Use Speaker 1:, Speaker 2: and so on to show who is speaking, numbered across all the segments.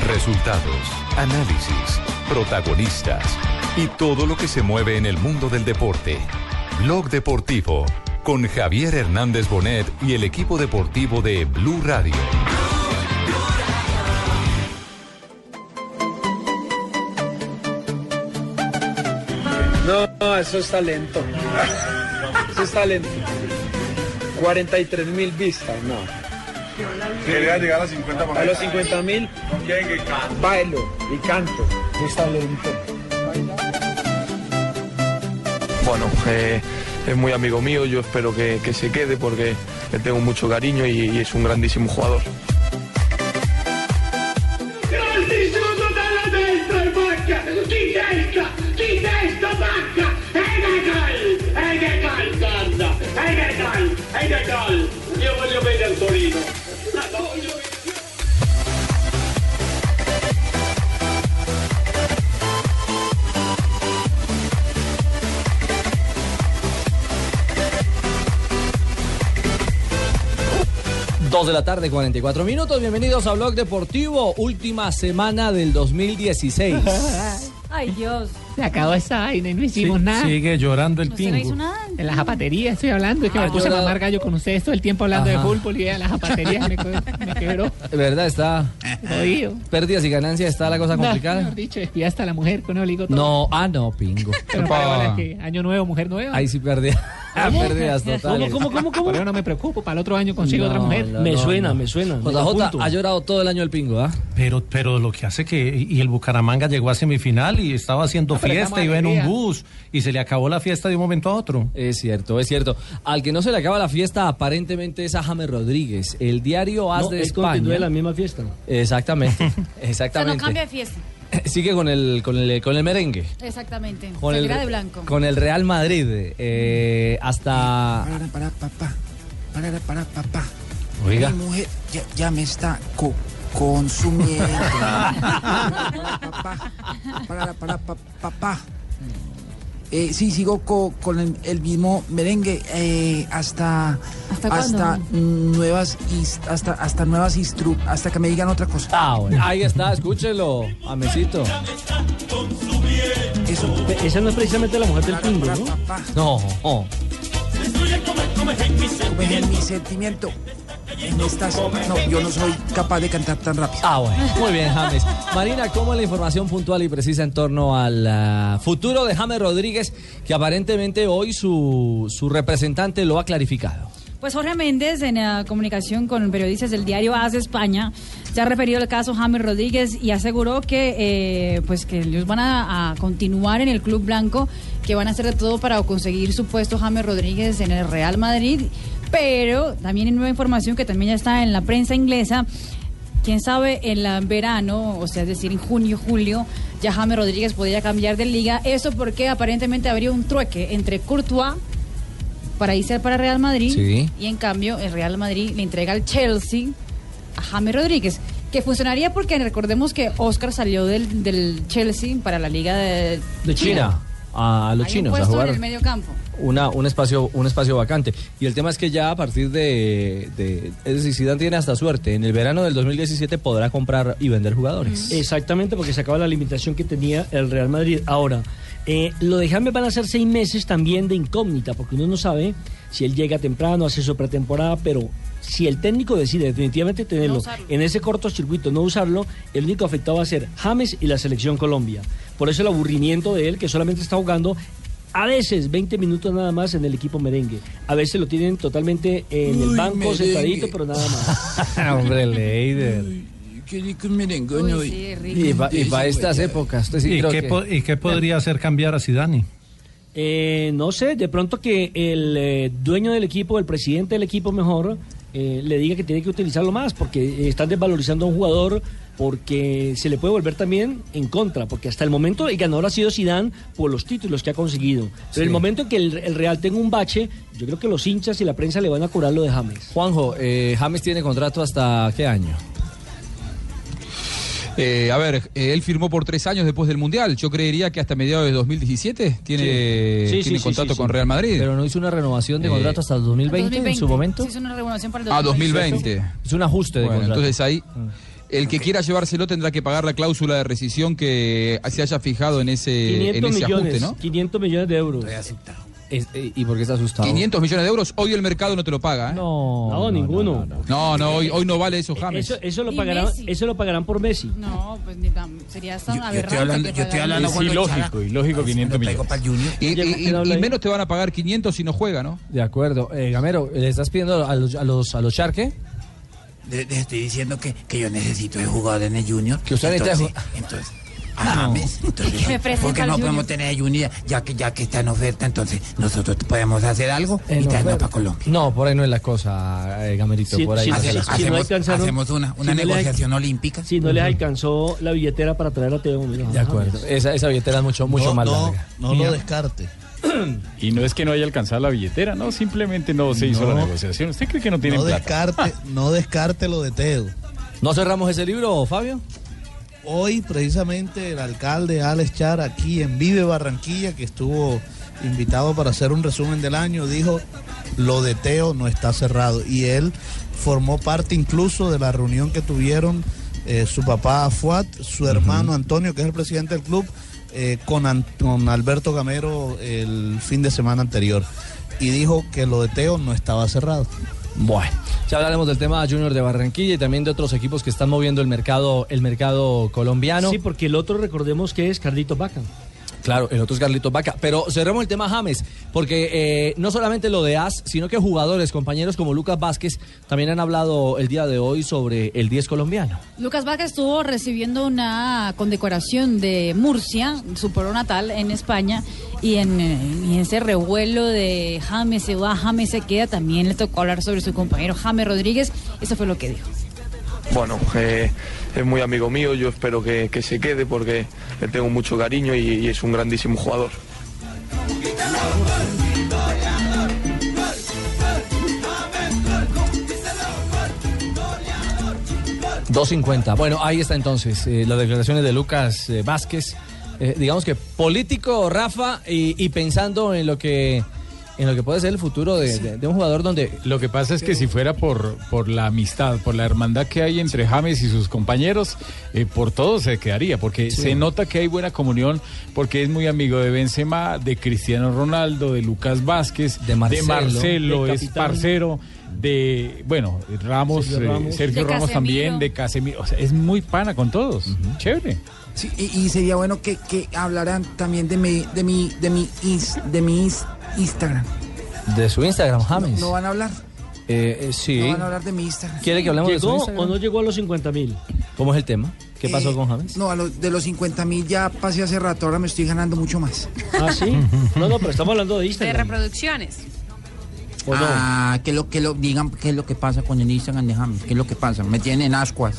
Speaker 1: Resultados, análisis, protagonistas y todo lo que se mueve en el mundo del deporte. Blog Deportivo con Javier Hernández Bonet y el equipo deportivo de Blue Radio.
Speaker 2: No, eso es talento. Eso es talento. 43 mil vistas, no.
Speaker 3: Quería llegar a 50
Speaker 2: A los 50 mil, bailo y canto. Eso es talento.
Speaker 4: Bueno, eh, es muy amigo mío, yo espero que, que se quede porque le tengo mucho cariño y, y es un grandísimo jugador.
Speaker 5: Transiciono dalla destra e manca! Chi testa? Chi testa manca? Ed è gol! Ed è gol, guarda! Ed è gol! Ed è gol! Io voglio vedere il Torino! La voglio vedere!
Speaker 6: Dos de la tarde, 44 minutos. Bienvenidos a Blog Deportivo, última semana del 2016.
Speaker 7: Ay, Dios.
Speaker 8: Se acabó esa vaina
Speaker 7: Eh,
Speaker 8: y no hicimos nada.
Speaker 9: Sigue llorando el
Speaker 7: No se no hizo
Speaker 9: pingo.
Speaker 7: nada.
Speaker 8: En la zapatería estoy hablando. Es que
Speaker 6: Ah,
Speaker 8: me puse
Speaker 6: yo
Speaker 8: a
Speaker 6: la-
Speaker 8: mamar gallo con ustedes todo el tiempo hablando
Speaker 6: Ajá.
Speaker 8: de fútbol y de la zapatería me, co- me quebró.
Speaker 6: ¿Verdad? Está
Speaker 8: Jodido.
Speaker 6: pérdidas y ganancias, está la cosa
Speaker 8: No,
Speaker 6: complicada.
Speaker 8: mejor dicho, despida hasta la mujer con oligo todo.
Speaker 6: No, ah, no, pingo.
Speaker 8: Pero para bolas que año nuevo, mujer nueva. Ah,
Speaker 6: Ahí sí perdí. pérdidas totales.
Speaker 8: Por eso no me preocupo. Para el otro año consigo
Speaker 6: No,
Speaker 8: otra mujer.
Speaker 6: no, no, no.
Speaker 9: suena.
Speaker 6: JJ ha llorado todo el año el pingo, ¿ah?
Speaker 9: Pero, pero lo que hace que. Y el Bucaramanga llegó a semifinal y estaba haciendo
Speaker 8: Ah, pero
Speaker 9: fiesta,
Speaker 8: estamos
Speaker 9: iba en un
Speaker 8: alegría.
Speaker 9: bus y se le acabó la fiesta de un momento a otro.
Speaker 6: Es cierto, es cierto. Al que no se le acaba la fiesta, aparentemente es a James Rodríguez. El diario As de España.
Speaker 9: misma fiesta.
Speaker 6: Exactamente,
Speaker 7: O sea, no
Speaker 6: exactamente.
Speaker 7: cambia de fiesta.
Speaker 6: Sigue con el, con el, con el merengue.
Speaker 7: Exactamente.
Speaker 6: Con
Speaker 7: Se
Speaker 6: el,
Speaker 7: tira de blanco.
Speaker 6: con el Real Madrid. eh, hasta.
Speaker 10: Para, para, papá. Para, para, papá.
Speaker 6: Oiga.
Speaker 10: Mi mujer ya, ya me está co- consumiendo. para, papá. Para, para, pa- papá. Eh, sí, sigo co- con el, el mismo merengue eh, hasta
Speaker 7: ¿Hasta cuándo?
Speaker 10: nuevas his- hasta hasta nuevas instru hasta que me digan otra cosa.
Speaker 6: Ah, bueno. Ahí está, escúchelo, amecito.
Speaker 10: Eso.
Speaker 6: Esa no es precisamente la mujer
Speaker 10: Para, para, papá.
Speaker 6: No, no.
Speaker 10: Como es mi sentimiento. En estas no, yo no soy capaz de cantar tan rápido.
Speaker 6: Ah, bueno. Muy bien, James. Marina, ¿cómo es la información puntual y precisa en torno al ah, futuro de James Rodríguez, que aparentemente hoy su, su representante lo ha clarificado?
Speaker 7: Pues Jorge Méndez, en eh, comunicación con periodistas del diario AS de España, se ha referido al caso James Rodríguez y aseguró que, eh, pues que ellos van a, a continuar en el Club Blanco, que van a hacer de todo para conseguir su puesto James Rodríguez en el Real Madrid. Pero también hay nueva información que también ya está en la prensa inglesa. Quién sabe, en la- en verano, o sea, es decir, en junio, julio, ya James Rodríguez podría cambiar de liga. Eso porque aparentemente habría un trueque entre Courtois para irse para Real Madrid
Speaker 6: Sí.
Speaker 7: y en cambio el Real Madrid le entrega al Chelsea a James Rodríguez que funcionaría porque recordemos que Oscar salió del, del Chelsea para la liga de,
Speaker 6: De China. Ah, A los
Speaker 7: Hay un
Speaker 6: chinos, a
Speaker 7: puesto
Speaker 6: jugar.
Speaker 7: en el medio campo
Speaker 6: una, un espacio un espacio vacante. Y el tema es que ya a partir de, de es decir, Zidane tiene hasta suerte. En el verano del 2017 podrá comprar y vender jugadores.
Speaker 11: Exactamente, porque se acaba la limitación que tenía el Real Madrid. Ahora, eh, lo de James van a ser seis meses también de incógnita, porque uno no sabe si él llega temprano, hace su pretemporada, pero si el técnico decide definitivamente tenerlo
Speaker 7: usarlo.
Speaker 11: en ese cortocircuito, no usarlo, el único afectado va a ser James y la selección Colombia. Por eso el aburrimiento de él, que solamente está jugando. A veces 20 minutos nada más en el equipo merengue. A veces lo tienen totalmente en el
Speaker 10: Uy,
Speaker 11: banco,
Speaker 10: merengue.
Speaker 11: sentadito, pero nada más.
Speaker 6: Hombre, Leider.
Speaker 10: Qué rico un merengón
Speaker 7: Uy,
Speaker 10: hoy.
Speaker 7: sí, rico.
Speaker 6: Y para
Speaker 10: Sí, sí,
Speaker 6: estas
Speaker 10: güey.
Speaker 6: épocas, usted sí
Speaker 9: ¿Y,
Speaker 6: creo
Speaker 9: qué
Speaker 6: que-
Speaker 9: po- ¿Y qué podría hacer cambiar a Sidani?
Speaker 11: Eh, no sé, de pronto que el eh, dueño del equipo, el presidente del equipo mejor, eh, le diga que tiene que utilizarlo más, porque eh, están desvalorizando a un jugador, porque se le puede volver también en contra, porque hasta el momento el ganador ha sido Zidane por los títulos que ha conseguido. Pero el momento en que el, el Real tenga un bache, yo creo que los hinchas y la prensa le van a curar lo de James.
Speaker 6: Juanjo, eh, James tiene contrato hasta qué año?
Speaker 12: Eh, a ver, eh, él firmó por tres años después del Mundial. Yo creería que hasta mediados de 2017 tiene,
Speaker 11: Sí. Sí, sí,
Speaker 12: tiene
Speaker 11: sí,
Speaker 12: contrato
Speaker 11: sí, sí.
Speaker 12: con Real Madrid.
Speaker 6: Pero no hizo una renovación de
Speaker 12: Eh,
Speaker 6: contrato hasta el 2020, en su momento.
Speaker 7: Sí, es una renovación para el
Speaker 12: ah,
Speaker 7: 2020.
Speaker 12: 2020.
Speaker 6: Es un ajuste de
Speaker 12: Bueno,
Speaker 6: contrato.
Speaker 11: Mm.
Speaker 12: entonces ahí. El que quiera llevárselo tendrá que pagar la cláusula de rescisión que se haya fijado en ese,
Speaker 11: 500
Speaker 12: Eh, en ese
Speaker 11: millones,
Speaker 12: ajuste, ¿no?
Speaker 11: 500 millones de euros.
Speaker 6: eh, ¿Y por qué está asustado?
Speaker 12: 500 millones de euros, hoy el mercado no te lo paga, ¿eh?
Speaker 6: No,
Speaker 11: no, ninguno.
Speaker 12: No, no, hoy, hoy no vale eso, James.
Speaker 11: Eso, eso lo
Speaker 7: Y
Speaker 11: pagarán,
Speaker 7: Messi.
Speaker 11: eso lo pagarán por Messi.
Speaker 7: No, pues ni tan, sería tan
Speaker 12: yo estoy
Speaker 7: aberrante.
Speaker 12: hablando-
Speaker 7: que
Speaker 12: yo estoy
Speaker 7: pagaran-
Speaker 12: hablando Es con los ilógico, Chagas.
Speaker 6: ilógico 500 millones.
Speaker 12: Y, y- y- y menos te van a pagar 500 si no juega, ¿no?
Speaker 6: De acuerdo. Eh, Gamero, ¿le estás pidiendo a los, a los, a los Charque?
Speaker 10: Les les estoy diciendo que, que yo necesito de jugadores en el Junior.
Speaker 6: Que usted necesita Ah,
Speaker 10: entonces, entonces, a James, entonces,
Speaker 7: Me presenta
Speaker 10: porque
Speaker 7: al
Speaker 10: no
Speaker 7: Junior.
Speaker 10: podemos tener a Junior ya que, ya que está en oferta, entonces nosotros podemos hacer algo y traernos para Colombia.
Speaker 6: No, por ahí no es la cosa, eh, Gamerito. por ahí no es la
Speaker 10: hacemos,
Speaker 6: cosa.
Speaker 10: hacemos- hacemos una, una
Speaker 11: si no le-
Speaker 10: negociación olímpica.
Speaker 11: Si no les alcanzó la billetera para traer a Teo.
Speaker 6: De acuerdo. Esa, esa billetera es mucho, mucho
Speaker 13: No,
Speaker 6: más
Speaker 13: no,
Speaker 6: larga.
Speaker 13: no lo descarte.
Speaker 14: Y no es que no haya alcanzado la billetera, no, simplemente no se hizo
Speaker 13: No.
Speaker 14: la negociación. ¿Usted cree que no tiene
Speaker 13: No
Speaker 14: plata?
Speaker 13: descarte, no descarte lo de Teo.
Speaker 6: ¿No cerramos ese libro, Fabio?
Speaker 13: Hoy, precisamente, el alcalde Alex Char, aquí en Vive Barranquilla, que estuvo invitado para hacer un resumen del año, dijo: Lo de Teo no está cerrado. Y él formó parte incluso de la reunión que tuvieron eh, su papá Fuat, su hermano Antonio, que es el presidente del club, eh, con, An- con Alberto Gamero el fin de semana anterior. Y dijo que lo de Teo no estaba cerrado.
Speaker 6: Bueno, ya hablaremos del tema Junior de Barranquilla y también de otros equipos que están moviendo el mercado, el mercado colombiano.
Speaker 11: Sí, porque el otro recordemos que es Carlito Vaca.
Speaker 6: Claro, el otro es Carlitos Vaca. Pero cerremos el tema James, porque eh, no solamente lo de As, sino que jugadores, compañeros como Lucas Vázquez, también han hablado el día de hoy sobre el 10 colombiano.
Speaker 7: Lucas Vaca estuvo recibiendo una condecoración de Murcia, su pueblo natal, en España, y en, eh, y en ese revuelo de James se va, James se queda, también le tocó hablar sobre su compañero James Rodríguez, eso fue lo que dijo.
Speaker 4: Bueno, eh, es muy amigo mío, yo espero que, que se quede porque le tengo mucho cariño y, y es un grandísimo jugador.
Speaker 6: Dos 2.50. Bueno, ahí está entonces eh, las declaraciones de Lucas eh, Vázquez. Eh, digamos que político, Rafa, y, y pensando en lo que en lo que puede ser el futuro de, de- de un jugador donde
Speaker 14: Lo que pasa es que si fuera por, por la amistad, por la hermandad que hay entre James y sus compañeros, eh, por todo se quedaría, porque
Speaker 15: Sí.
Speaker 14: se nota que hay buena comunión, porque es muy amigo de Benzema, de Cristiano Ronaldo, de Lucas Vázquez, de
Speaker 15: Marcelo,
Speaker 14: Marcelo,
Speaker 15: del
Speaker 14: es
Speaker 15: capitán.
Speaker 14: parcero de, bueno, Ramos,
Speaker 15: Sergio
Speaker 14: eh,
Speaker 15: Ramos.
Speaker 14: Sergio
Speaker 15: De
Speaker 14: Ramos
Speaker 15: Casemiro.
Speaker 14: también, de Casemiro, o sea, es muy pana con todos, chévere.
Speaker 10: Sí, y, y sería bueno que, que hablaran también de mi, de mi, de mi, ins- de mi ins- Instagram.
Speaker 6: de su Instagram, James.
Speaker 10: No van a hablar,
Speaker 6: Eh, eh, sí.
Speaker 10: no van a hablar de mi Instagram.
Speaker 6: ¿Quiere que hablemos de su
Speaker 11: ¿Llegó
Speaker 6: Instagram?
Speaker 11: o no llegó a los 50 mil?
Speaker 6: ¿Cómo es el tema? ¿Qué pasó
Speaker 10: Eh,
Speaker 6: con James?
Speaker 10: No, a los- de los 50 mil ya pasé hace rato, ahora me estoy ganando mucho más.
Speaker 11: Ah, sí. No, no, pero estamos hablando de
Speaker 16: De
Speaker 11: Instagram.
Speaker 16: reproducciones.
Speaker 11: ¿O no?
Speaker 10: Ah, que lo que lo digan, qué es lo que pasa con el Instagram de James, qué es lo que pasa, me tienen en ascuas.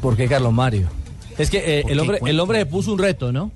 Speaker 6: ¿Por qué Carlos Mario? Es que eh,
Speaker 10: ¿Por
Speaker 6: el,
Speaker 10: qué
Speaker 6: hombre,
Speaker 10: cuenta?
Speaker 6: el hombre le puso un reto, ¿no?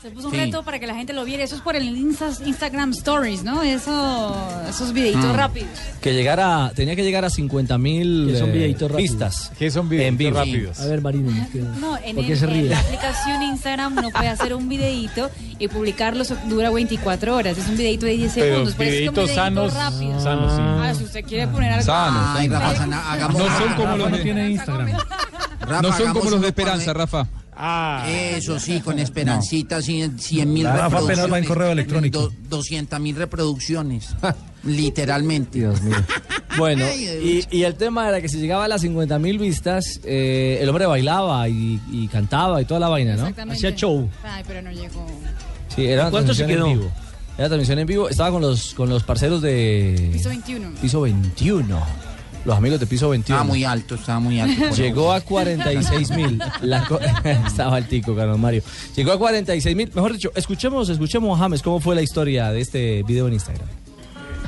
Speaker 7: Se puso un
Speaker 6: Sí.
Speaker 7: reto para que la gente lo viera, eso es por el Insta- Instagram Stories, ¿no? Eso, esos videitos
Speaker 6: Mm.
Speaker 7: rápidos.
Speaker 6: Que llegara, tenía que llegar a 50 mil eh,
Speaker 11: Que son videitos rápidos.
Speaker 6: vistas.
Speaker 14: Que son
Speaker 6: en vivo.
Speaker 11: A ver, Marina. ¿qué-
Speaker 7: No, en,
Speaker 11: ¿Por qué
Speaker 7: el-
Speaker 11: se
Speaker 7: en
Speaker 11: ríe?
Speaker 7: la aplicación Instagram uno puede hacer un videíto y publicarlo, so- dura 24 horas. Es un videíto de 10
Speaker 14: Pero
Speaker 7: segundos. pero es que un
Speaker 14: videitos
Speaker 7: videíto
Speaker 14: sanos,
Speaker 7: rápido.
Speaker 14: sanos, sí.
Speaker 7: Ah, si usted quiere poner algo.
Speaker 12: Sanos.
Speaker 7: Ay,
Speaker 12: Ay, Rafa,
Speaker 7: pero-
Speaker 12: sana- hagamos- Ah, No son como los de-
Speaker 9: tiene Instagram.
Speaker 12: no son
Speaker 10: hagamos
Speaker 12: como los
Speaker 10: uno
Speaker 12: de Esperanza, Rafa.
Speaker 15: Ah.
Speaker 12: Eh,
Speaker 10: Eso sí, con Esperancita, 100 mil
Speaker 9: Rafa apenas va en
Speaker 10: reproducciones.
Speaker 9: correo electrónico.
Speaker 10: 200 mil reproducciones, literalmente.
Speaker 6: Bueno,
Speaker 10: Ay,
Speaker 6: y, y el tema era que si llegaba a las 50 mil vistas, eh, el hombre bailaba y, y cantaba y toda la vaina, ¿no?
Speaker 7: Exactamente. Ay, pero no llegó.
Speaker 6: Sí, era una
Speaker 11: ¿Cuánto se
Speaker 6: transmisión en
Speaker 11: quedó?
Speaker 6: vivo. Era transmisión en vivo. Estaba con los, con los parceros de
Speaker 7: Piso 21.
Speaker 6: Piso 21. Los amigos de Piso 21.
Speaker 10: Estaba muy alto, estaba muy alto. por
Speaker 6: Llegó a 46 mil. Estaba altico, Carlos Mario. Llegó a 46 mil. Mejor dicho, escuchemos, escuchemos a James cómo fue la historia de este video en Instagram.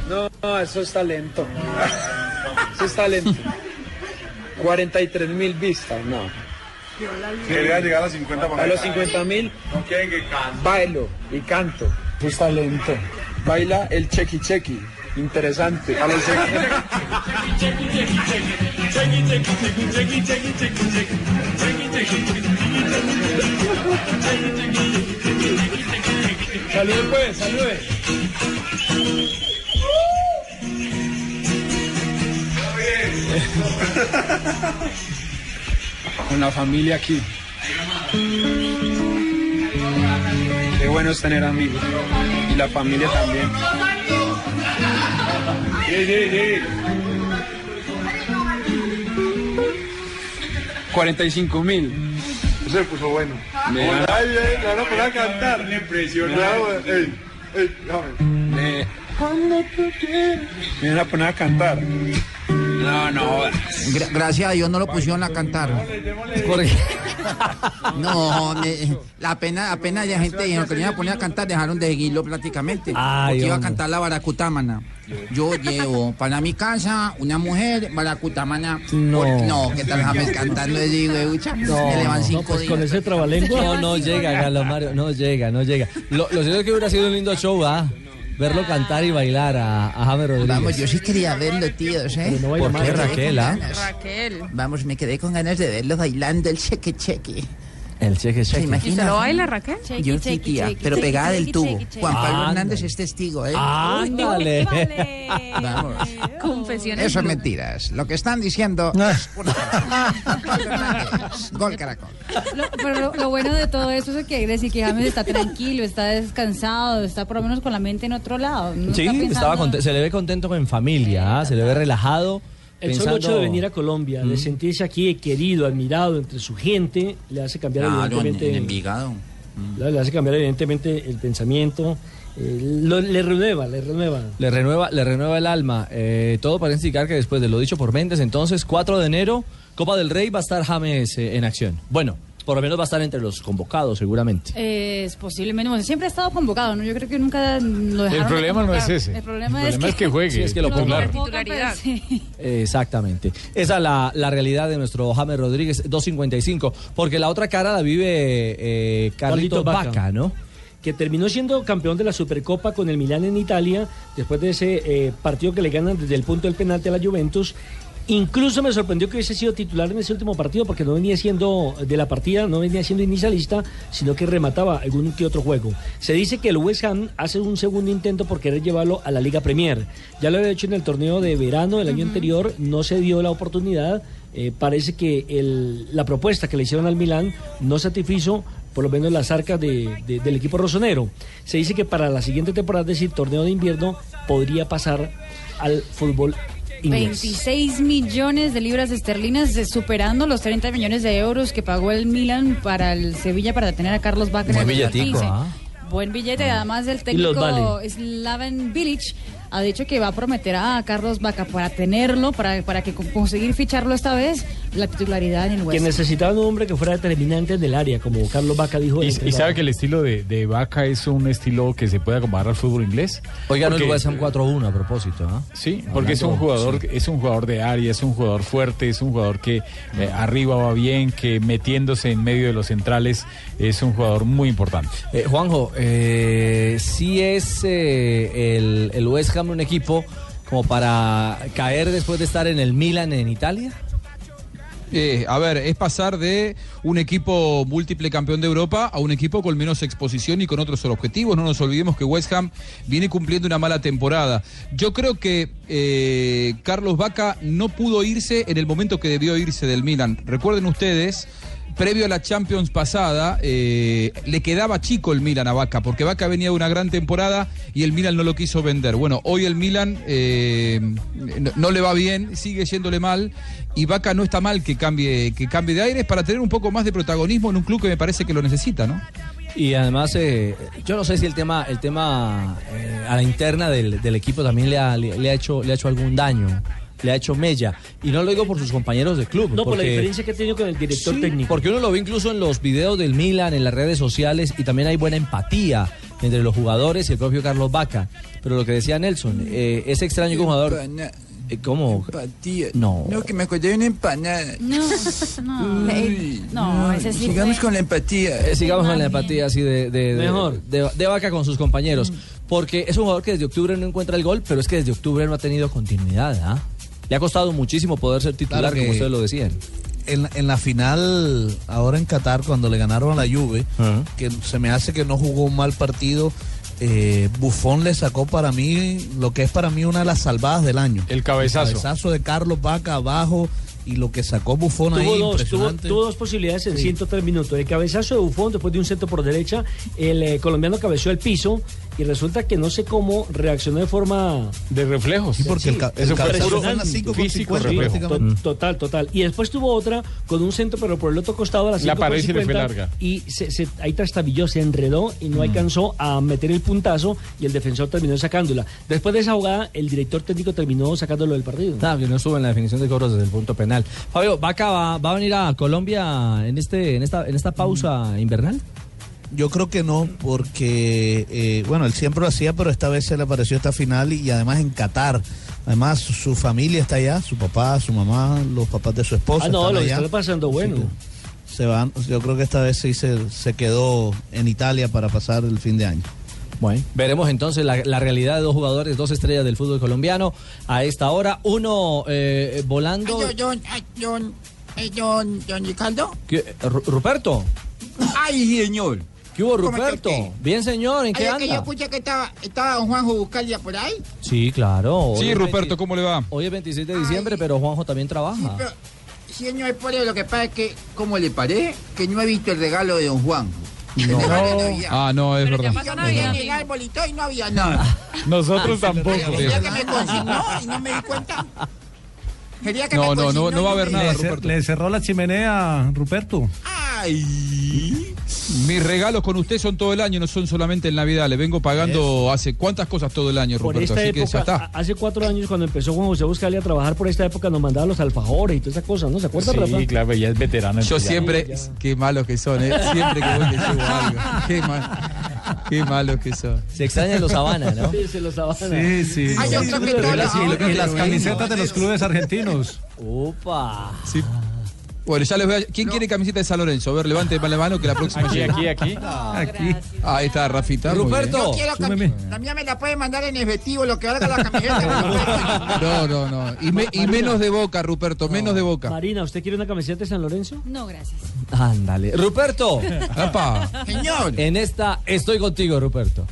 Speaker 2: No, no, eso es talento. Eso es talento. 43 mil vistas, no.
Speaker 3: Quería llegar a las 50
Speaker 2: A los 50 mil
Speaker 3: No quieren que cante.
Speaker 2: bailo y canto. Eso es talento. Baila el chequi chequi. Interesante. A los Salude pues, salude. con la familia aquí. Qué bueno es tener amigos y la familia también. Sí, sí, sí. 45 mil.
Speaker 3: Se puso bueno.
Speaker 2: Me
Speaker 3: Hola,
Speaker 2: da-
Speaker 3: ay, ay, la van a poner a cantar. Le
Speaker 2: Me da-
Speaker 3: Ey, ey, déjame.
Speaker 2: Me, me van a poner a cantar. No, no.
Speaker 10: Gra- gracias a Dios no lo pusieron a cantar. No, me- la pena, apenas la gente dijeron que le iban a poner a cantar, dejaron de seguirlo prácticamente.
Speaker 6: Ay,
Speaker 10: porque iba a
Speaker 6: hombre.
Speaker 10: cantar la baracutámana. Yo llevo para mi casa una mujer baracutámana.
Speaker 6: No.
Speaker 10: Por- no, ¿qué tal James cantando de Ucha?
Speaker 6: No,
Speaker 10: me le van
Speaker 6: no,
Speaker 10: cinco
Speaker 11: pues
Speaker 10: días.
Speaker 11: con ese trabalengua.
Speaker 6: No, no llega, Carlos Mario, no llega, no llega. Lo, lo cierto es que hubiera sido un lindo show, ¿ah? Verlo cantar y bailar a, a James Rodríguez.
Speaker 15: Vamos, yo sí quería verlo, tíos, ¿eh?
Speaker 6: ¿Por qué, Raquel, ah?
Speaker 15: Raquel. Vamos, me quedé con ganas de verlo bailando el cheque cheque.
Speaker 6: El cheque,
Speaker 15: ¿Se
Speaker 6: cheque.
Speaker 15: imagina?
Speaker 16: ¿Y se lo baila Raquel?
Speaker 15: Yo sí, tía, pero pegada del tubo. Juan Pablo Hernández es testigo, ¿eh?
Speaker 6: Ándale.
Speaker 15: Vamos.
Speaker 16: Confesiones.
Speaker 15: Eso es mentiras. Lo que están diciendo
Speaker 6: Ah.
Speaker 15: es una verdad. Gol caracol.
Speaker 7: Lo- pero lo, lo bueno de todo eso es que quiere decir que James está tranquilo, está descansado, está por lo menos con la mente en otro lado. No
Speaker 6: Sí,
Speaker 7: está pensando-
Speaker 6: estaba conte- se le ve contento en familia, ¿ah? se le ve relajado.
Speaker 11: El
Speaker 6: pensando-
Speaker 11: solo hecho de venir a Colombia, de sentirse aquí querido, admirado entre su gente, le hace cambiar
Speaker 10: Claro, en-
Speaker 11: evidentemente.
Speaker 10: en Envigado.
Speaker 11: Le hace cambiar evidentemente el pensamiento. eh, lo- le renueva, le renueva.
Speaker 6: Le renueva, le renueva el alma. Eh, todo parece indicar que después de lo dicho por Méndez, entonces 4 de enero, Copa del Rey va a estar James eh, en acción. Bueno, por lo menos va a estar entre los convocados, seguramente.
Speaker 7: Eh, es posiblemente, bueno, siempre ha estado convocado, ¿no? Yo creo que nunca lo dejaron.
Speaker 6: El problema
Speaker 7: de
Speaker 6: no es
Speaker 7: convocar.
Speaker 6: ese.
Speaker 7: El problema,
Speaker 6: El problema es que juegue,
Speaker 7: Sí, es que lo
Speaker 6: lo pongan.
Speaker 7: convocan, pero sí.
Speaker 6: Eh, Exactamente. Esa es la, la realidad de nuestro James Rodríguez 255, porque la otra cara la vive eh,
Speaker 11: Carlitos
Speaker 6: Carlitos
Speaker 11: Vaca.
Speaker 6: Vaca, ¿no?
Speaker 11: que terminó siendo campeón de la Supercopa con el Milán en Italia, después de ese eh, partido que le ganan desde el punto del penalti a la Juventus. Incluso me sorprendió que hubiese sido titular en ese último partido porque no venía siendo de la partida, no venía siendo inicialista, sino que remataba algún que otro juego. Se dice que el West Ham hace un segundo intento por querer llevarlo a la Liga Premier. Ya lo había hecho en el torneo de verano del año anterior, no se dio la oportunidad. Eh, parece que el- la propuesta que le hicieron al Milán no satisfizo por lo menos las arcas de- de- del equipo rosonero. Se dice que para la siguiente temporada, es decir, torneo de invierno, podría pasar al fútbol inglés.
Speaker 7: 26 millones de libras esterlinas, eh, superando los 30 millones de euros que pagó el Milan para el Sevilla para tener a Carlos Vaca. en
Speaker 6: Buen
Speaker 7: el
Speaker 6: billetico,
Speaker 7: 2015.
Speaker 6: ¿ah?
Speaker 7: Buen billete, además el
Speaker 6: Y los
Speaker 7: técnico
Speaker 6: vale.
Speaker 7: Slaven Bilic ha dicho que va a prometer a Carlos Vaca para tenerlo, para, para que con- conseguir ficharlo esta vez, la titularidad en el
Speaker 11: Que
Speaker 13: Pues-
Speaker 7: West. Ham.
Speaker 11: necesitaban un hombre que fuera determinante del área, como Carlos Vaca dijo. el
Speaker 14: Y, y
Speaker 11: entrenador.
Speaker 14: sabe que el estilo de, de Vaca es un estilo que se puede comparar al fútbol inglés.
Speaker 6: Hoy ganó el
Speaker 14: Porque-
Speaker 6: West Ham 4-1 a propósito, ¿ah?
Speaker 14: Sí, porque es un
Speaker 6: Hablando-
Speaker 14: jugador,
Speaker 6: sí.
Speaker 14: es un jugador de área, es un jugador fuerte, es un jugador que eh, arriba va bien, que metiéndose en medio de los centrales es un jugador muy importante.
Speaker 6: Eh, Juanjo, eh, sí es eh, el, el West Ham un equipo como para caer después de estar en el Milan en Italia.
Speaker 12: Eh, a ver, es pasar de un equipo múltiple campeón de Europa a un equipo con menos exposición y con otros objetivos. No nos olvidemos que West Ham viene cumpliendo una mala temporada. Yo creo que eh, Carlos Vaca no pudo irse en el momento que debió irse del Milan. Recuerden ustedes. Previo a la Champions pasada, eh, le quedaba chico el Milan a Vaca, porque Vaca venía de una gran temporada y el Milan no lo quiso vender. Bueno, hoy el Milan eh, no, no le va bien, sigue yéndole mal, y Vaca no está mal que cambie, que cambie de aires para tener un poco más de protagonismo en un club que me parece que lo necesita, ¿no?
Speaker 6: Y además, eh, yo no sé si el tema, el tema eh, a la interna del, del equipo también le ha, le, le ha hecho, le ha hecho algún daño, le ha hecho mella. Y no lo digo por sus compañeros de club.
Speaker 11: No, por la
Speaker 6: porque-
Speaker 11: diferencia que ha tenido con el director
Speaker 6: Sí,
Speaker 11: técnico.
Speaker 6: Porque uno lo ve incluso en los videos del Milan, en las redes sociales, y también hay buena empatía entre los jugadores y el propio Carlos Vaca. Pero lo que decía
Speaker 10: Mm.
Speaker 6: Nelson, eh, es extraño que un jugador.
Speaker 10: Empana-
Speaker 6: eh, ¿Cómo?
Speaker 10: Empatía.
Speaker 6: No.
Speaker 10: No, que me acordé de una empanada.
Speaker 7: No, no,
Speaker 10: Uy,
Speaker 7: no, ese sí
Speaker 10: Sigamos
Speaker 7: fue-
Speaker 10: con la empatía.
Speaker 6: Eh, sigamos con la empatía así de, de- de-
Speaker 10: Mejor.
Speaker 6: de- de vaca con sus compañeros.
Speaker 7: Mm.
Speaker 6: Porque es un jugador que desde octubre no encuentra el gol, pero es que desde octubre no ha tenido continuidad. ¿ah? Le ha costado muchísimo poder ser titular,
Speaker 13: Claro que-
Speaker 6: como ustedes lo decían.
Speaker 13: En, la- en la final, ahora en Qatar, cuando le ganaron a la Juve, que se me hace que no jugó un mal partido, eh, Buffon le sacó para mí lo que es para mí una de las salvadas del año.
Speaker 14: El cabezazo.
Speaker 13: cabezazo de Carlos Vaca abajo y lo que sacó Bufón ahí,
Speaker 11: Tuvo dos, tuvo,
Speaker 13: impresionante.
Speaker 11: tuvo dos posibilidades en
Speaker 13: Sí.
Speaker 11: 103 minutos. El cabezazo de Bufón, después de un centro por derecha, el eh, colombiano cabeció al piso y resulta que no sé cómo reaccionó de forma.
Speaker 14: De reflejos. Sí,
Speaker 13: porque el ca- el
Speaker 11: Eso fue
Speaker 13: cabezazo
Speaker 11: puro
Speaker 13: fue en la cinco con Mm.
Speaker 11: físico,
Speaker 13: 50
Speaker 11: reflejo.
Speaker 13: prácticamente.
Speaker 11: To- Total, total. Y después tuvo otra con un centro, pero por el otro costado a las
Speaker 14: La
Speaker 11: 5 con
Speaker 14: pared sí le fue
Speaker 11: 50,
Speaker 14: larga.
Speaker 11: Y se, se- ahí trastabilló, se enredó y no
Speaker 13: Mm.
Speaker 11: alcanzó a meter el puntazo y el defensor terminó sacándola. Después de esa jugada, el director técnico terminó sacándolo del partido.
Speaker 6: Claro, que no suben la definición de cobros desde el punto penal. Fabio, ¿Vaca va, va a venir a Colombia en este, en esta, en esta pausa invernal?
Speaker 13: Yo creo que no, porque, eh, bueno, él siempre lo hacía, pero esta vez se le apareció esta final y, y además en Qatar. Además, su, su familia está allá, su papá, su mamá, los papás de su esposa.
Speaker 11: Ah, no,
Speaker 13: están
Speaker 11: lo
Speaker 13: allá.
Speaker 11: está pasando bueno.
Speaker 13: Se van, yo creo que esta vez sí se, se quedó en Italia para pasar el fin de año.
Speaker 6: Bueno. Veremos entonces la, la realidad de dos jugadores, dos estrellas del fútbol colombiano a esta hora. Uno eh, volando.
Speaker 15: Ay, John, ay, John, ay, John, John Ricardo.
Speaker 6: ¿Qué? Ru- ¿Ruperto?
Speaker 15: ¡Ay, señor!
Speaker 6: ¿Qué hubo,
Speaker 15: ¿Cómo está
Speaker 6: Ruperto? Bien, señor, ¿en
Speaker 15: Ay,
Speaker 6: qué
Speaker 15: es que yo
Speaker 6: anda?
Speaker 15: escuché que estaba, estaba don Juanjo Buscalia por ahí.
Speaker 6: Sí, claro.
Speaker 12: Sí, Ruperto,
Speaker 6: ¿cómo le va? Hoy es 26 de diciembre, pero Juanjo también trabaja.
Speaker 15: pero- Señor, por eso lo que pasa es que, como le paré, que no he visto el regalo de don Juanjo. El
Speaker 6: Oh.
Speaker 15: regalo de Navidad.
Speaker 12: Ah, no, es verdad.
Speaker 15: Yo me iba a llegar el bolito y no había nada. Ah,
Speaker 14: Nosotros
Speaker 15: Pero
Speaker 14: tampoco.
Speaker 15: Quería que me consignó y no me di cuenta. Quería que me consignó y me-
Speaker 9: Le, cer- le cerró la chimenea, Ruperto.
Speaker 12: Mis regalos con usted son todo el año, no son solamente en Navidad. Le vengo pagando hace cuántas cosas todo el año,
Speaker 11: Por
Speaker 12: Ruperto.
Speaker 11: esta
Speaker 12: Así que ya
Speaker 11: época,
Speaker 6: ah,
Speaker 12: está.
Speaker 11: a- hace cuatro años cuando empezó Juan José Buscali a trabajar por esta época nos mandaba los alfajores y toda esa cosa, ¿no? ¿Se acuerda, Rafa?
Speaker 14: Sí, claro, ya es veterano.
Speaker 12: Yo
Speaker 14: entonces ya-
Speaker 12: siempre, qué malos que son, ¿eh? siempre que voy les llevo algo. Qué, mal- qué malos que son.
Speaker 6: Se extrañan los Habana, ¿no?
Speaker 11: Sí, se los Habana.
Speaker 9: Sí, sí.
Speaker 6: Ay, yo creo que todo
Speaker 9: Y las-
Speaker 6: lo-
Speaker 9: y las camisetas de los clubes argentinos.
Speaker 6: Opa.
Speaker 12: Sí. Bueno, ya les voy a... ¿Quién quiere camiseta de San Lorenzo? A ver, levante la mano que la próxima...
Speaker 14: Aquí,
Speaker 12: llega.
Speaker 14: aquí, aquí.
Speaker 12: aquí. Ahí está, Rafita. muy bien.
Speaker 15: Yo quiero cam- La mía me la puede mandar en efectivo, lo que valga la camiseta.
Speaker 12: No, no, no. Y, me- y menos de boca, Ruperto, menos de boca.
Speaker 11: Marina, ¿usted quiere una camiseta de San Lorenzo?
Speaker 7: No, gracias.
Speaker 6: Ándale. Ruperto.
Speaker 12: Apa.
Speaker 15: Señor.
Speaker 6: En esta estoy contigo, Ruperto.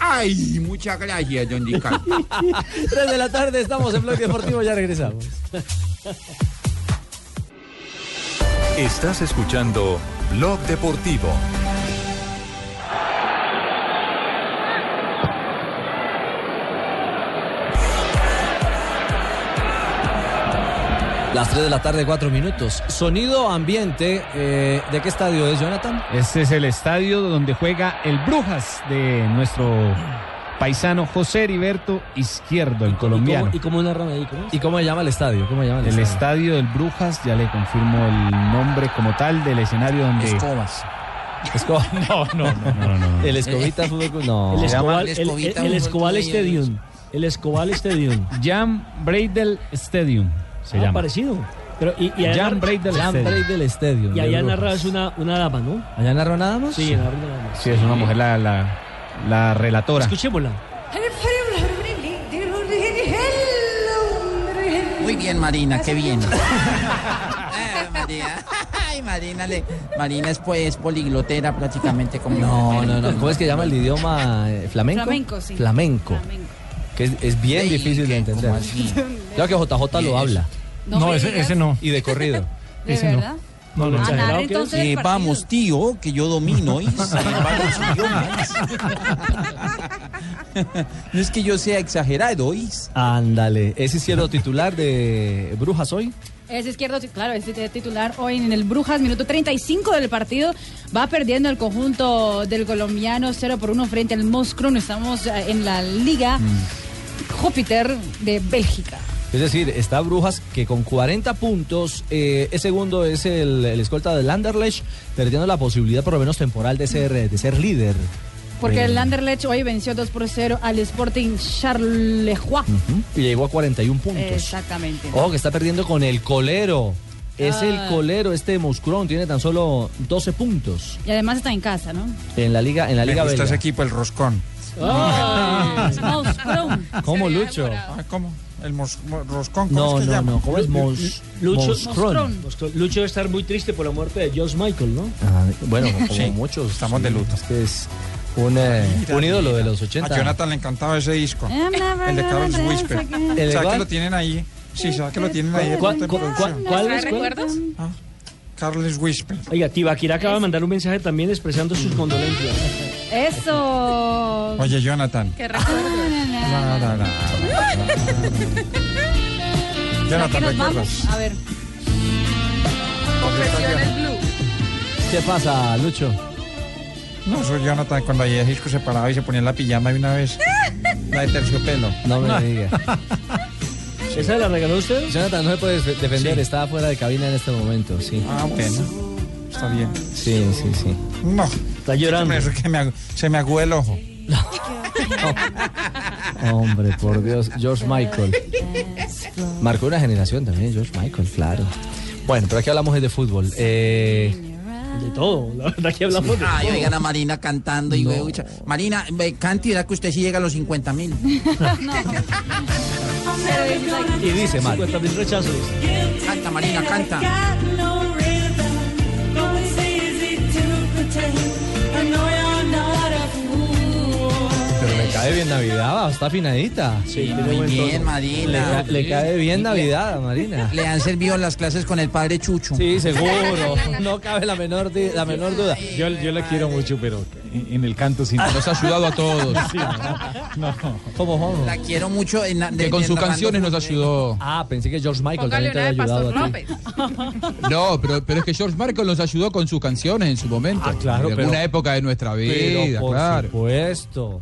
Speaker 15: Ay, muchas gracias, don Ricardo.
Speaker 6: Tres de la tarde estamos en Bloque Deportivo, ya regresamos.
Speaker 1: Estás escuchando Blog Deportivo.
Speaker 6: Las 3 de la tarde, 4 minutos. Sonido ambiente. eh, ¿De qué estadio es, Jonathan?
Speaker 16: Este es el estadio donde juega el Brujas de nuestro paisano José Heriberto Izquierdo, el colombiano.
Speaker 11: ¿Y cómo narran ahí? ¿Cómo es?
Speaker 6: ¿Y cómo se llama el estadio? ¿Cómo se llama el,
Speaker 16: El
Speaker 6: estadio?
Speaker 16: estadio del Brujas, ya le confirmo el nombre como tal del escenario donde.
Speaker 6: Escobas. Escobar.
Speaker 16: No, no, no, no, no, no.
Speaker 6: El Escobita Fútbol Club. No.
Speaker 11: El
Speaker 16: Se llama
Speaker 11: Escobal,
Speaker 16: el
Speaker 11: el,
Speaker 16: Escobita
Speaker 11: el- el
Speaker 16: Fútbol
Speaker 11: Escobal
Speaker 16: Club de
Speaker 11: Stadium. El Escobal Stadium.
Speaker 16: Jan Braidel Stadium se
Speaker 11: Ah,
Speaker 16: llama.
Speaker 11: parecido. Pero, y, y allá
Speaker 16: Jan
Speaker 11: narra-
Speaker 16: Braidel
Speaker 6: Jan
Speaker 16: Stadium.
Speaker 6: Braid del estadio.
Speaker 11: Y allá narras una, una dama, ¿no?
Speaker 6: ¿Allá narró nada más?
Speaker 11: Sí, narra una dama.
Speaker 16: Sí, es una mujer la, la, la relatora.
Speaker 11: Escuchémosla.
Speaker 15: Muy bien, Marina, qué bien. Ay, Marina. Ay, Marina, le- Marina es pues poliglotera prácticamente como.
Speaker 6: No, no, no. ¿Cómo es que llama el idioma eh, flamenco?
Speaker 15: Flamenco, sí.
Speaker 6: Flamenco. Que es, es bien difícil de entender. Claro que JJ lo habla.
Speaker 7: No No, me ese- digas. ese
Speaker 6: no. Y de corrido.
Speaker 7: ¿De
Speaker 6: Ese no.
Speaker 7: verdad?
Speaker 6: No, no,
Speaker 7: Ah,
Speaker 6: exagerado
Speaker 7: narra
Speaker 6: que es.
Speaker 7: entonces el
Speaker 6: Eh,
Speaker 7: partido.
Speaker 13: Vamos, tío, que yo domino. ¿eh?
Speaker 6: No es que yo sea exagerado, ¿oís? Ándale, ese sí era titular de Brujas hoy.
Speaker 7: Es izquierdo, sí, claro, es eh, titular hoy en el Brujas, minuto 35 del partido. Va perdiendo el conjunto del colombiano 0 por 1 frente al Moscron. Estamos eh, en la Liga
Speaker 6: Mm.
Speaker 7: Júpiter de Bélgica.
Speaker 6: Es decir, está Brujas que con 40 puntos, eh, es segundo es el, el escolta del Anderlecht, perdiendo la posibilidad por lo menos temporal de ser, eh, de ser líder.
Speaker 7: Porque
Speaker 6: Eh,
Speaker 7: el Anderlecht hoy venció 2 por 0 al Sporting Charleroi.
Speaker 6: ujú, Y llegó a 41 puntos.
Speaker 7: Exactamente.
Speaker 6: Oh, que está perdiendo con el colero. Es
Speaker 7: Ah.
Speaker 6: el colero este Moscron, tiene tan solo 12 puntos
Speaker 7: Y además está en casa, ¿no?
Speaker 6: en la liga en la
Speaker 12: Me
Speaker 6: liga
Speaker 12: gusta ese
Speaker 6: Este equipo el Roscón.
Speaker 11: Oh.
Speaker 7: Moscron.
Speaker 6: ¿Cómo Lucho?
Speaker 17: Ah,
Speaker 12: ¿Cómo? El roscón,
Speaker 6: ¿cómo No, es que no, llama? no, ¿cómo es? Mos-
Speaker 11: Lucho,
Speaker 6: Moscron.
Speaker 11: Moscron. Lucho debe estar muy triste por la muerte de George Michael, ¿no?
Speaker 6: Ah, bueno, como
Speaker 11: Sí,
Speaker 6: muchos. Estamos de luto. Este es un, eh,
Speaker 11: Mira,
Speaker 6: un ídolo de los
Speaker 17: A
Speaker 6: 80.
Speaker 17: Jonathan le encantaba ese disco.
Speaker 7: I'm never
Speaker 17: El de
Speaker 7: gonna
Speaker 17: Carol's
Speaker 7: dance
Speaker 17: Whisper.
Speaker 7: again.
Speaker 17: O sea,
Speaker 6: ¿El
Speaker 17: que
Speaker 6: cuál?
Speaker 17: lo tienen ahí Sí, ya que lo tienen ahí. de
Speaker 11: ¿Cuál-
Speaker 17: pronto en
Speaker 11: cuál-
Speaker 17: producción.
Speaker 11: cuál- cuál- recuerdos?
Speaker 17: Ah. Carles Whisper.
Speaker 11: Oiga, Tibaquirá acaba de mandar un mensaje también expresando sus condolencias.
Speaker 7: Eso.
Speaker 17: Oye, Ah, Jonathan.
Speaker 7: Qué recuerdo.
Speaker 17: La, la, la. Jonathan,
Speaker 7: nos
Speaker 17: ¿recuerdas?
Speaker 7: vamos? A ver.
Speaker 17: Confesiones
Speaker 7: Blue.
Speaker 17: ¿Qué pasa, Lucho? No, soy Jonathan. Cuando ayer Gisco se paraba y se ponía la pijama de una vez. La de terciopelo.
Speaker 6: No me diga.
Speaker 11: ¿Esa la regaló usted?
Speaker 6: Jonathan no se puede def- defender,
Speaker 17: Sí.
Speaker 6: estaba fuera de cabina en este momento, sí.
Speaker 17: Ah, bueno. Está bien.
Speaker 6: Sí, sí, sí.
Speaker 17: No. Está llorando. que me, ag- se me aguó el ojo.
Speaker 6: Hombre, por Dios, George Michael. Marcó una generación también, George Michael, claro. Bueno, pero aquí hablamos es de fútbol. Eh,
Speaker 11: de todo, la verdad que hablamos de
Speaker 15: Ay,
Speaker 11: todo.
Speaker 15: oigan a Marina cantando y huevucha. Marina, ve, cante y verá que usted sí llega a los 50 mil.
Speaker 6: Y dice, Mar.
Speaker 11: 50 mil rechazos.
Speaker 15: Canta, Marina, canta.
Speaker 6: Pero le cae bien Navidad, va, está afinadita.
Speaker 15: Sí, muy bien, Marina.
Speaker 6: Le, ca- le cae bien
Speaker 15: Le-
Speaker 6: Navidad, Marina.
Speaker 15: Le han servido las clases con el padre Chucho.
Speaker 6: Sí, seguro. No cabe la menor, di- la menor duda.
Speaker 14: Yo, yo la quiero mucho, pero en en el canto
Speaker 12: Ah.
Speaker 14: sí. Nos ha ayudado a todos. no.
Speaker 6: ¿Cómo, cómo?
Speaker 15: La quiero mucho. En la- de-
Speaker 12: Que con
Speaker 15: de-
Speaker 12: sus
Speaker 15: narrando-
Speaker 12: canciones nos ayudó.
Speaker 6: Ah, pensé que George Michael
Speaker 12: Póngale
Speaker 6: también te había ayudado a ti.
Speaker 12: No, pero, pero es que George Michael nos ayudó con sus canciones en su momento. Ah,
Speaker 6: claro,
Speaker 12: En
Speaker 6: pero-
Speaker 12: alguna época de nuestra
Speaker 6: Pero
Speaker 12: vida,
Speaker 6: por
Speaker 12: claro.
Speaker 6: supuesto.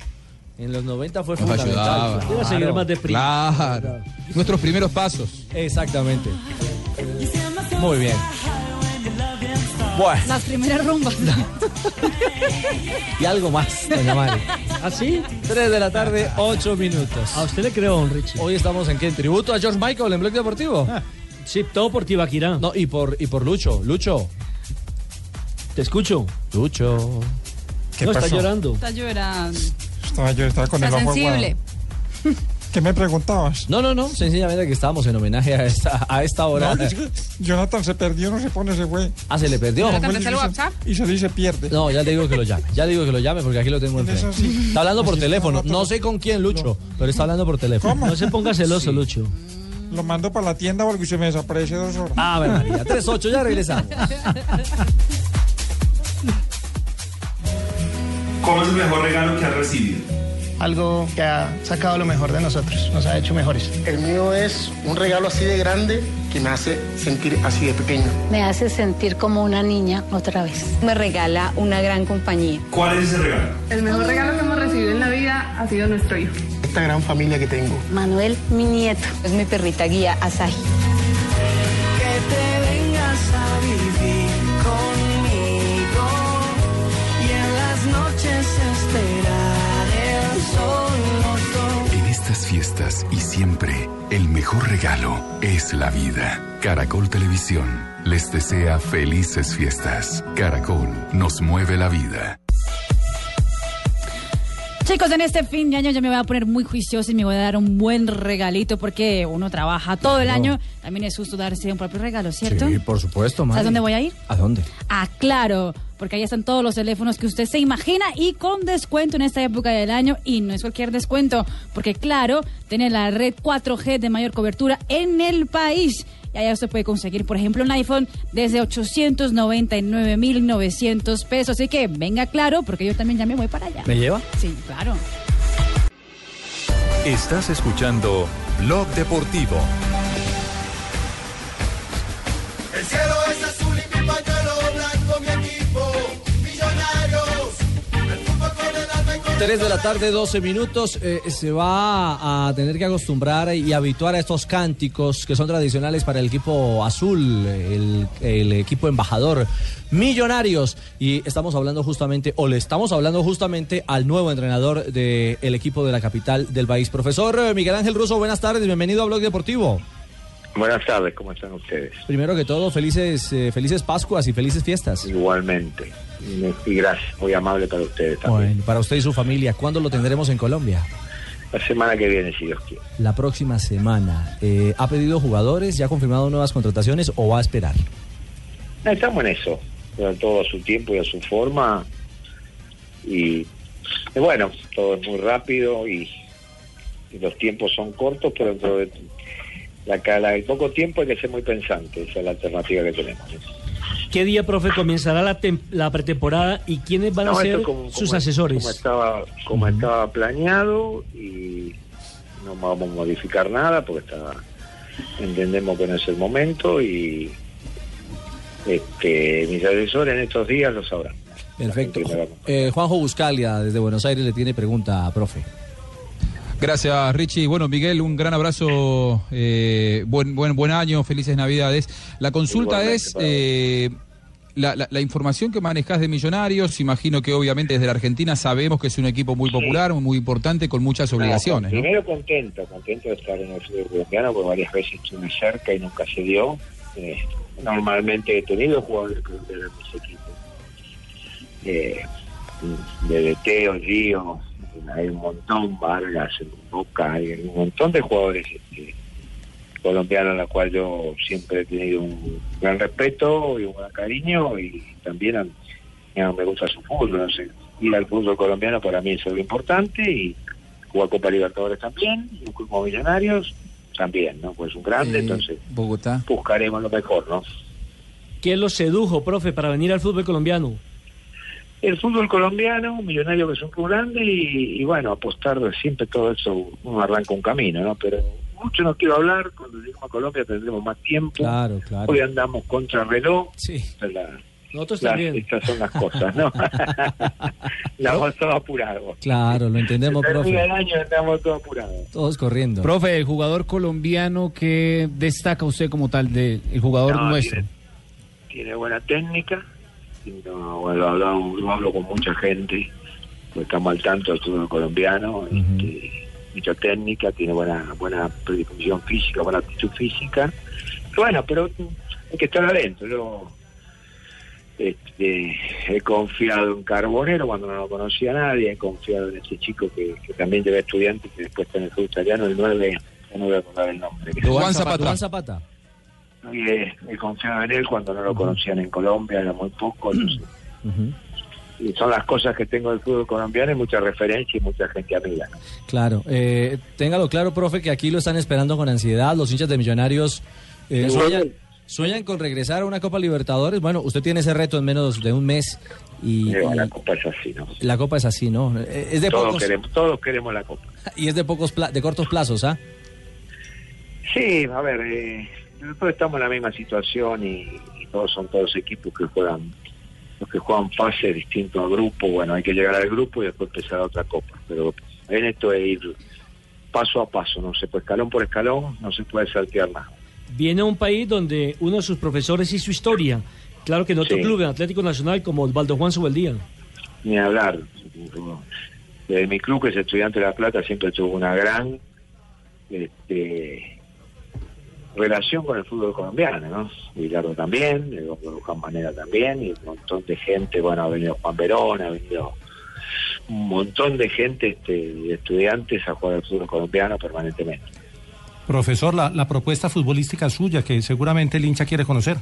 Speaker 6: En los 90 fue
Speaker 12: Nos
Speaker 6: fundamental.
Speaker 12: ayudaba.
Speaker 6: Iba a seguir más de
Speaker 12: Claro. Nuestros primeros pasos.
Speaker 6: Exactamente. Muy bien. Bueno,
Speaker 7: Las primeras rumbas.
Speaker 6: y algo más, doña Mari. ¿Ah, sí? 3 de la tarde, 8 minutos. A usted le creo, don Richie. Hoy estamos en qué? ¿En tributo a George Michael en Bloque Deportivo? Sí, todo por Tibaquirá. No, y por, y por Lucho. Lucho. Te escucho. Lucho.
Speaker 17: ¿Qué No, está pasó? llorando.
Speaker 7: Está llorando.
Speaker 17: Estaba yo estaba con
Speaker 7: Está
Speaker 17: el ojo
Speaker 7: sensible.
Speaker 17: aguado. ¿Qué me preguntabas?
Speaker 6: No, no, no. Sencillamente que estábamos en homenaje a esta, a esta hora.
Speaker 17: No, es que Jonathan se perdió, no se pone ese güey.
Speaker 6: Ah, se le perdió.
Speaker 17: Hombre, y se- Y se dice pierde.
Speaker 6: No, ya le digo que lo llame. Ya le digo que lo llame porque aquí lo tengo enfrente.
Speaker 17: Eso sí.
Speaker 6: Está hablando por
Speaker 17: Así
Speaker 6: teléfono.
Speaker 17: está,
Speaker 6: No sé con quién, Lucho, pero está hablando por teléfono.
Speaker 17: ¿Cómo? No se ponga celoso,
Speaker 6: Lucho.
Speaker 17: Mm. Lo mando para la tienda porque se me desaparece dos horas.
Speaker 6: A ver, María, 3-8, ya regresamos.
Speaker 18: ¿Cómo es el mejor regalo que has recibido?
Speaker 19: algo que ha sacado lo mejor de nosotros, nos ha hecho mejores. El mío es un regalo así de grande que me hace sentir así de pequeño.
Speaker 20: Me hace sentir como una niña otra vez. Me regala una gran compañía.
Speaker 18: ¿Cuál es ese regalo?
Speaker 20: El mejor regalo que hemos recibido en la vida ha sido nuestro hijo.
Speaker 19: Esta gran familia que tengo.
Speaker 20: Manuel, mi nieto, es mi perrita guía Asahi.
Speaker 5: Que te vengas a vivir conmigo y en las noches esperar el sol nos dos.
Speaker 21: En estas fiestas y siempre, el mejor regalo es la vida. Caracol Televisión les desea felices fiestas. Caracol nos mueve la vida.
Speaker 7: Chicos, en este fin de año yo me voy a poner muy juiciosa y me voy a dar un buen regalito porque uno trabaja todo el
Speaker 6: Claro.
Speaker 7: año. También es justo darse un propio regalo, ¿cierto?
Speaker 6: Sí, por supuesto, Mari.
Speaker 7: ¿Sabes dónde voy a ir?
Speaker 6: ¿A dónde?
Speaker 7: Ah, claro, porque ahí están todos los teléfonos que usted se imagina y con descuento en esta época del año y no es cualquier descuento, porque claro, tiene la red 4G de mayor cobertura en el país. Y allá usted puede conseguir, por ejemplo, un iPhone desde 899.900 pesos. Así que venga claro, porque yo también ya me voy para allá.
Speaker 1: ¿Me lleva?
Speaker 7: Sí, claro.
Speaker 1: Estás escuchando Blog Deportivo.
Speaker 5: El cielo es azul y mi pañuelo blanco, mi equipo, millonarios. El fútbol con el alma y con
Speaker 6: 3 de la tarde, 12 minutos. eh, se va a tener que acostumbrar y habituar a estos cánticos que son tradicionales para el equipo azul, el, el equipo embajador. Millonarios. Y estamos hablando justamente, o le estamos hablando justamente al nuevo entrenador del equipo de la capital del país. Profesor eh, Miguel Ángel Russo, buenas tardes, bienvenido a Blog Deportivo.
Speaker 22: Buenas tardes, ¿cómo están ustedes?
Speaker 6: Primero que todo, felices, eh, felices Pascuas y felices fiestas.
Speaker 22: Igualmente. Y gracias, muy amable para ustedes también.
Speaker 6: Bueno, para usted y su familia, ¿cuándo lo tendremos en Colombia?
Speaker 22: La semana que viene, si Dios quiere.
Speaker 6: la próxima semana. Eh, ¿Ha pedido jugadores? ¿Ya ha confirmado nuevas contrataciones o va a esperar?
Speaker 22: Estamos en eso, pero todo a su tiempo y a su forma. Y, y bueno, todo es muy rápido y, y los tiempos son cortos, pero dentro de- la cara de poco tiempo hay que ser muy pensante, esa es la alternativa que tenemos.
Speaker 11: ¿Qué día, profe, comenzará la, tem- la pretemporada y quiénes van
Speaker 22: No,
Speaker 11: a
Speaker 22: esto
Speaker 11: ser
Speaker 22: como-
Speaker 11: sus
Speaker 22: como-
Speaker 11: asesores?
Speaker 22: Como estaba, como estaba planeado y no vamos a modificar nada porque está, entendemos que no es el momento y este, mis asesores en estos días lo sabrán.
Speaker 6: Perfecto. Eh, Juanjo Buscalia, desde Buenos Aires, le tiene pregunta, profe.
Speaker 12: Gracias, Richie. Bueno, Miguel, un gran abrazo. eh, buen, buen, buen año, felices Navidades. La consulta
Speaker 21: Igualmente
Speaker 12: es. eh, la, la- la información que manejás de Millonarios, imagino que obviamente desde la Argentina sabemos que es un equipo muy popular, muy importante, con muchas obligaciones. ¿no?
Speaker 22: Primero contento, contento de estar en el fútbol colombiano, porque varias veces estuve cerca y nunca se dio. Eh, normalmente he tenido jugadores colombianos en mis equipos. Eh, de Teo, Gio, hay un montón, Vargas, Boca, hay un montón de jugadores este, colombianos a los cuales yo siempre he tenido un gran respeto y un gran cariño y también a- a- me gusta su fútbol. no sé. Ir al fútbol colombiano para mí es algo importante y jugar Copa Libertadores también, y como Millonarios también, ¿no? Pues un grande,
Speaker 6: Eh,
Speaker 22: entonces
Speaker 10: Bogotá.
Speaker 22: buscaremos lo mejor, ¿no?
Speaker 11: ¿Qué los sedujo, profe, para venir al fútbol colombiano?
Speaker 22: El fútbol colombiano, millonario que es un club grande y, y bueno, apostar siempre todo eso, uno arranca un camino, ¿no? Pero mucho no quiero hablar, cuando lleguemos a Colombia tendremos más tiempo.
Speaker 6: Claro, claro.
Speaker 22: Hoy andamos contra reloj.
Speaker 6: Sí.
Speaker 11: Nosotros
Speaker 22: también. Estas son las cosas, ¿no? la vamos todos apurados.
Speaker 6: Claro, lo entendemos,
Speaker 22: Termina el
Speaker 6: profe.
Speaker 22: año andamos todos apurados.
Speaker 6: Todos corriendo.
Speaker 16: Profe, el jugador colombiano que destaca usted como tal del jugador
Speaker 22: No,
Speaker 16: nuestro.
Speaker 22: tiene buena técnica. y No, bueno, hablo, yo hablo con mucha gente, pues estamos al tanto del fútbol colombiano. este, mucha técnica, tiene buena buena predisposición física, buena actitud física. Y Bueno, pero hay que estar adentro. Yo este, he confiado en Carbonero cuando no lo conocía nadie, he confiado en este chico que, que también lleva estudiante, que después está en el fútbol italiano, el 9, ya no voy a acordar el nombre.
Speaker 6: Duván Duván Zapata.
Speaker 22: Y, eh, he confiado en él cuando no lo conocían en Colombia, era muy poco. no sé. Y son las cosas que tengo del fútbol colombiano y mucha referencia y mucha gente amiga. ¿no?
Speaker 6: Claro. Eh, téngalo claro, profe, que aquí lo están esperando con ansiedad. Los hinchas de Millonarios eh,
Speaker 22: Sí,
Speaker 6: sueñan, sueñan con regresar a una Copa Libertadores. Bueno, usted tiene ese reto en menos de un mes. Y,
Speaker 22: Pero
Speaker 6: y
Speaker 22: la copa es así, ¿no?
Speaker 6: la Copa es así, ¿no? Eh, Es de
Speaker 22: todos,
Speaker 6: pocos,
Speaker 22: queremos, todos queremos la copa.
Speaker 6: y es de pocos pla- de cortos plazos, ¿ah?
Speaker 22: Sí, a ver, eh, nosotros estamos en la misma situación y, y todos son todos equipos que juegan, los que juegan fases distinto a grupo, bueno, hay que llegar al grupo y después empezar a otra copa, pero en esto es ir paso a paso, no se puede escalón por escalón, no se puede saltear nada.
Speaker 11: Viene a un país donde uno de sus profesores hizo historia. Claro que en otro
Speaker 22: Sí.
Speaker 11: club, en Atlético Nacional, como Osvaldo Juan Subeldía.
Speaker 22: ni hablar. Desde mi club, que es Estudiante de La Plata, siempre tuvo una gran este, relación con el fútbol colombiano, ¿no? Guillermo también, el doctor Luján Manera también, y un montón de gente, bueno, ha venido Juan Verón, ha venido un montón de gente, este, de estudiantes a jugar al fútbol colombiano permanentemente.
Speaker 9: Profesor, la, la propuesta futbolística suya que seguramente el hincha quiere conocer.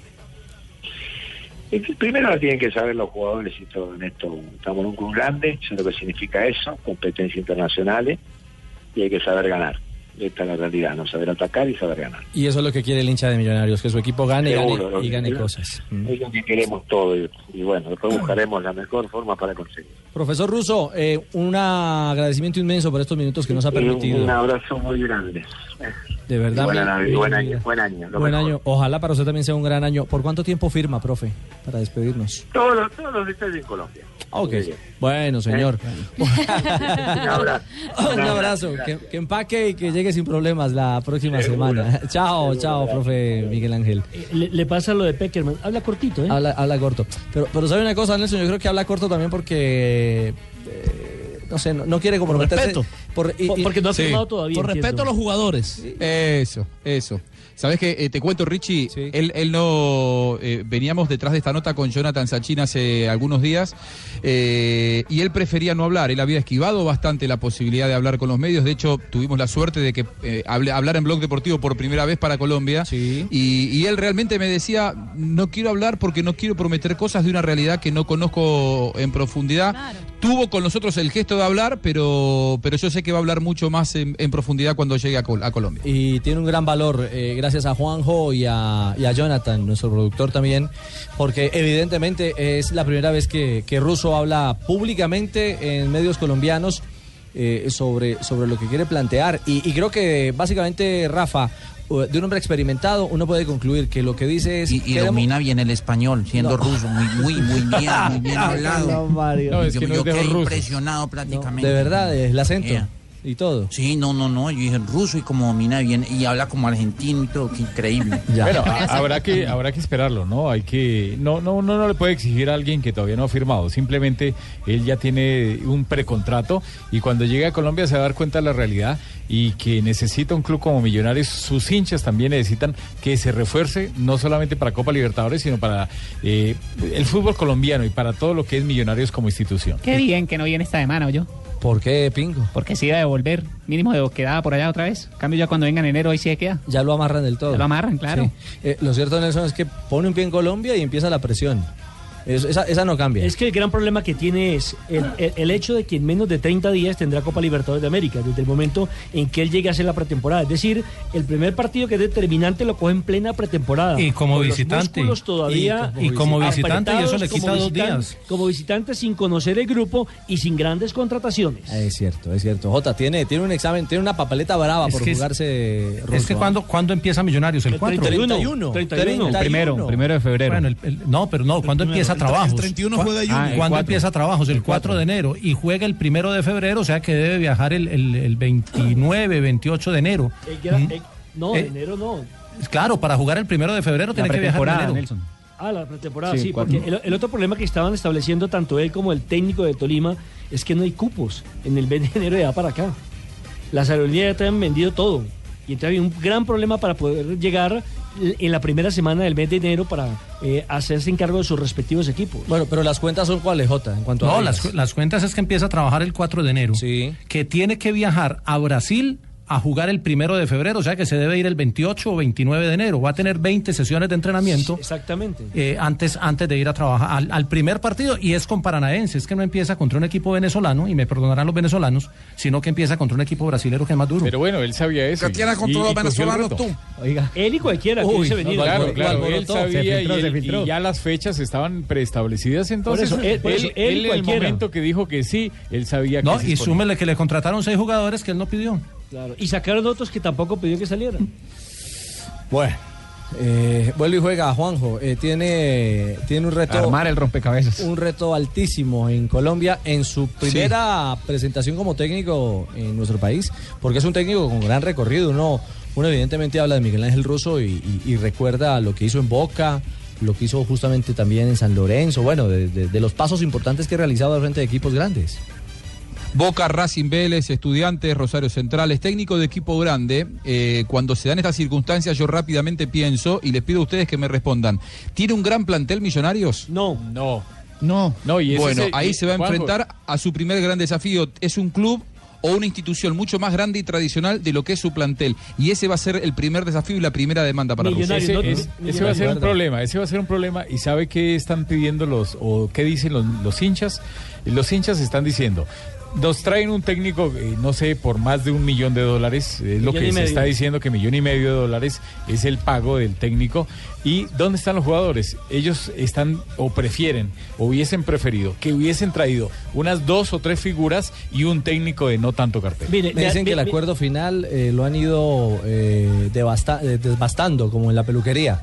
Speaker 22: Y que Primero lo tienen que saber los jugadores y todo en esto. Estamos en un club grande, sé lo que significa eso, competencias internacionales, y hay que saber ganar. Esta es la realidad, no saber atacar y saber ganar.
Speaker 6: Y eso es lo que quiere el hincha de Millonarios, que su equipo gane, y
Speaker 22: Seguro, lo
Speaker 6: gane y
Speaker 22: que
Speaker 6: gane
Speaker 22: quiere.
Speaker 6: cosas.
Speaker 22: Es lo que queremos todo y, y bueno, después buscaremos la mejor forma para conseguirlo.
Speaker 6: Profesor Russo, eh, un agradecimiento inmenso por estos minutos que nos ha
Speaker 22: Y un-
Speaker 6: permitido.
Speaker 22: Un abrazo muy grande.
Speaker 6: De verdad.
Speaker 22: Buena
Speaker 6: mi-
Speaker 22: Navidad,
Speaker 6: mi-
Speaker 22: buen
Speaker 6: mi-
Speaker 22: año, buen año, lo
Speaker 6: Buen
Speaker 22: mejor.
Speaker 6: año. Ojalá para usted también sea un gran año. ¿Por cuánto tiempo firma, profe, para despedirnos?
Speaker 22: Todos los, todos los detalles en Colombia.
Speaker 6: Ah, Ok. Bueno, señor.
Speaker 22: Un abrazo.
Speaker 6: un abrazo. Que, que empaque y que llegue sin problemas la próxima semana. chao, chao, profe Miguel Ángel.
Speaker 11: Eh, Le, le pasa lo de Peckerman. Habla cortito, ¿eh?
Speaker 6: Habla, habla corto. Pero, pero sabe una cosa, Nelson, yo creo que habla corto también porque... eh, no sé, no, no quiere comprometerse.
Speaker 12: respeto.
Speaker 6: Por, y- y- Sí.
Speaker 12: jugadores. Eso, eso. Sabes que te cuento, Richie, él, él no. eh, veníamos detrás de esta nota con Jonathan Sachin hace algunos días eh, y él prefería no hablar. Él había esquivado bastante la posibilidad de hablar con los medios. De hecho, tuvimos la suerte de que eh, hable- hablara en Blog Deportivo por primera vez para Colombia. Y, y él realmente me decía: No quiero hablar porque no quiero prometer cosas de una realidad que no conozco en profundidad. Tuvo con nosotros el gesto de hablar, pero, pero yo sé que va a hablar mucho más en, en profundidad cuando llegue a, Col- a Colombia.
Speaker 6: Y tiene un gran valor, eh, gracias a Juanjo y a, y a Jonathan, nuestro productor también, porque evidentemente es la primera vez que, que Russo habla públicamente en medios colombianos eh, sobre, sobre lo que quiere plantear. Y, y creo que básicamente, Rafa, eh, de un hombre experimentado, uno puede concluir que lo que dice es...
Speaker 15: Y, y domina bien el español, siendo
Speaker 6: No.
Speaker 15: ruso, muy, muy, muy bien, muy bien hablado.
Speaker 6: No, Mario. No, es
Speaker 15: yo
Speaker 6: que
Speaker 15: yo
Speaker 6: nos dejó
Speaker 15: quedé
Speaker 6: rusos.
Speaker 15: impresionado prácticamente.
Speaker 6: de verdad, el acento
Speaker 15: Ea.
Speaker 6: y todo.
Speaker 15: Sí, no, no, no, yo dije ruso y como domina bien, y habla como argentino y todo, qué increíble.
Speaker 14: Bueno, a- habrá que, habrá que esperarlo, ¿no? Hay que. No, no, uno no le puede exigir a alguien que todavía no ha firmado. Simplemente él ya tiene un precontrato y cuando llegue a Colombia se va a dar cuenta de la realidad y que necesita un club como Millonarios. Sus hinchas también necesitan que se refuerce, no solamente para Copa Libertadores, sino para eh, el fútbol colombiano y para todo lo que es Millonarios como institución.
Speaker 4: Qué bien que no viene esta semana, yo.
Speaker 6: ¿Por qué, Pingo?
Speaker 4: Porque se iba a devolver. Mínimo de quedada por allá otra vez. En cambio, ya cuando venga en enero, ahí sí se queda.
Speaker 6: Ya lo amarran del todo.
Speaker 4: Ya lo amarran, claro.
Speaker 6: Sí. Eh, lo cierto, Nelson, es que pone un pie en Colombia y empieza la presión. Es- esa, esa no cambia.
Speaker 11: Es que el gran problema que tiene es el, el- el hecho de que en menos de 30 días tendrá Copa Libertadores de América, desde el momento en que él llegue a hacer la pretemporada. Es decir, el primer partido que es determinante lo coge en plena pretemporada.
Speaker 9: Y como
Speaker 11: Con los
Speaker 9: visitante.
Speaker 11: músculos todavía
Speaker 9: Y como
Speaker 11: apretados,
Speaker 9: visitante, y eso le
Speaker 11: como
Speaker 9: quita dos
Speaker 11: visitan-
Speaker 9: días.
Speaker 11: Como visitante sin conocer el grupo y sin grandes contrataciones.
Speaker 6: Es cierto, es cierto. Jota tiene, tiene un examen, tiene una papeleta brava
Speaker 9: Es
Speaker 6: por
Speaker 9: que es-
Speaker 6: jugarse ruso.
Speaker 9: Es que cuando, cuando empieza Millonarios, el
Speaker 6: El
Speaker 9: 4.
Speaker 6: 31. 31.
Speaker 9: El primero, primero de febrero. Bueno, el- el- no, pero no, ¿cuándo empieza
Speaker 13: El tre- el
Speaker 9: trabajos?
Speaker 13: 31
Speaker 9: ¿Cuá-
Speaker 13: juega Junior.
Speaker 9: Ah, el ¿Cuándo
Speaker 13: cuatro.
Speaker 9: empieza trabajos? El 4 de enero. Y juega el primero de febrero, o sea que debe viajar el, el, el 29, 28 de enero.
Speaker 11: El gran-
Speaker 9: Mm,
Speaker 11: el- no,
Speaker 9: Eh,
Speaker 11: de enero no.
Speaker 9: Claro, para jugar el primero de febrero tiene que viajar en enero.
Speaker 11: Ah, la pretemporada,
Speaker 9: Sí,
Speaker 11: sí,
Speaker 9: cuatro.
Speaker 11: porque el, el otro problema que estaban estableciendo tanto él como el técnico de Tolima es que no hay cupos en el mes de enero de allá para acá. Las aerolíneas ya te han vendido todo. Y entonces había un gran problema para poder llegar l- en la primera semana del mes de enero para eh, hacerse encargo de sus respectivos equipos.
Speaker 6: Bueno, pero las cuentas son cuáles, Jota, en cuanto
Speaker 9: No,
Speaker 6: a
Speaker 9: las, cu- las cuentas es que empieza a trabajar el 4 de enero. Que tiene que viajar a Brasil a jugar el primero de febrero, o sea que se debe ir el 28 o 29 de enero. Va a tener 20 sesiones de entrenamiento
Speaker 11: Exactamente.
Speaker 9: eh, antes, antes de ir a trabajar al, al primer partido y es con Paranaense. Es que no empieza contra un equipo venezolano, y me perdonarán los venezolanos, sino que empieza contra un equipo brasilero que es más duro.
Speaker 14: Pero bueno, él sabía eso.
Speaker 9: ¿Qué tienes contra los venezolanos tú?
Speaker 6: Oiga.
Speaker 11: Él y cualquiera que
Speaker 14: Uy,
Speaker 11: hubiese venido.
Speaker 14: claro, claro, él
Speaker 11: Alborotó.
Speaker 14: sabía y, él- y ya las fechas estaban preestablecidas, entonces
Speaker 9: Por eso, él- por eso, él
Speaker 14: en el
Speaker 9: cualquiera.
Speaker 14: momento que dijo que sí, él sabía
Speaker 9: No,
Speaker 14: que se
Speaker 9: y
Speaker 14: exponía.
Speaker 9: súmele que le contrataron seis jugadores que él no pidió.
Speaker 11: Claro, Y sacaron otros que tampoco pidió que salieran.
Speaker 6: Bueno, eh, vuelve y juega Juanjo. Eh, tiene, tiene un reto.
Speaker 16: Armar el rompecabezas.
Speaker 6: Un reto altísimo en Colombia en su primera presentación como técnico en nuestro país, porque es un técnico con gran recorrido. Uno, uno evidentemente habla de Miguel Ángel Russo y, y- y recuerda lo que hizo en Boca, lo que hizo justamente también en San Lorenzo, bueno, de, de- de los pasos importantes que ha realizado al frente de equipos grandes.
Speaker 12: Boca, Racing Vélez, Estudiantes, Rosario Centrales, técnico de equipo grande. eh, cuando se dan estas circunstancias, yo rápidamente pienso y les pido a ustedes que me respondan. ¿Tiene un gran plantel Millonarios?
Speaker 11: No,
Speaker 14: no.
Speaker 13: No.
Speaker 14: No, y ese
Speaker 12: bueno,
Speaker 14: es el-
Speaker 12: ahí
Speaker 14: y-
Speaker 12: se va a
Speaker 14: Juanjo.
Speaker 12: enfrentar a su primer gran desafío. Es un club o una institución mucho más grande y tradicional de lo que es su plantel. Y ese va a ser el primer desafío y la primera demanda para Russo.
Speaker 14: Ese, es- ese va a ser un problema, ese va a ser un problema y sabe qué están pidiendo los o qué dicen los, los hinchas. Los hinchas están diciendo, nos traen un técnico, eh, no sé, por más de un millón de dólares, es lo
Speaker 8: Millón y
Speaker 14: que se
Speaker 8: medio.
Speaker 14: está diciendo que millón y medio de dólares es el pago del técnico. ¿Y dónde están los jugadores? Ellos están o prefieren, o hubiesen preferido que hubiesen traído unas dos o tres figuras y un técnico de no tanto cartel.
Speaker 6: Me dicen que el acuerdo final eh, lo han ido eh, devasta- eh, desbastando, como en la peluquería.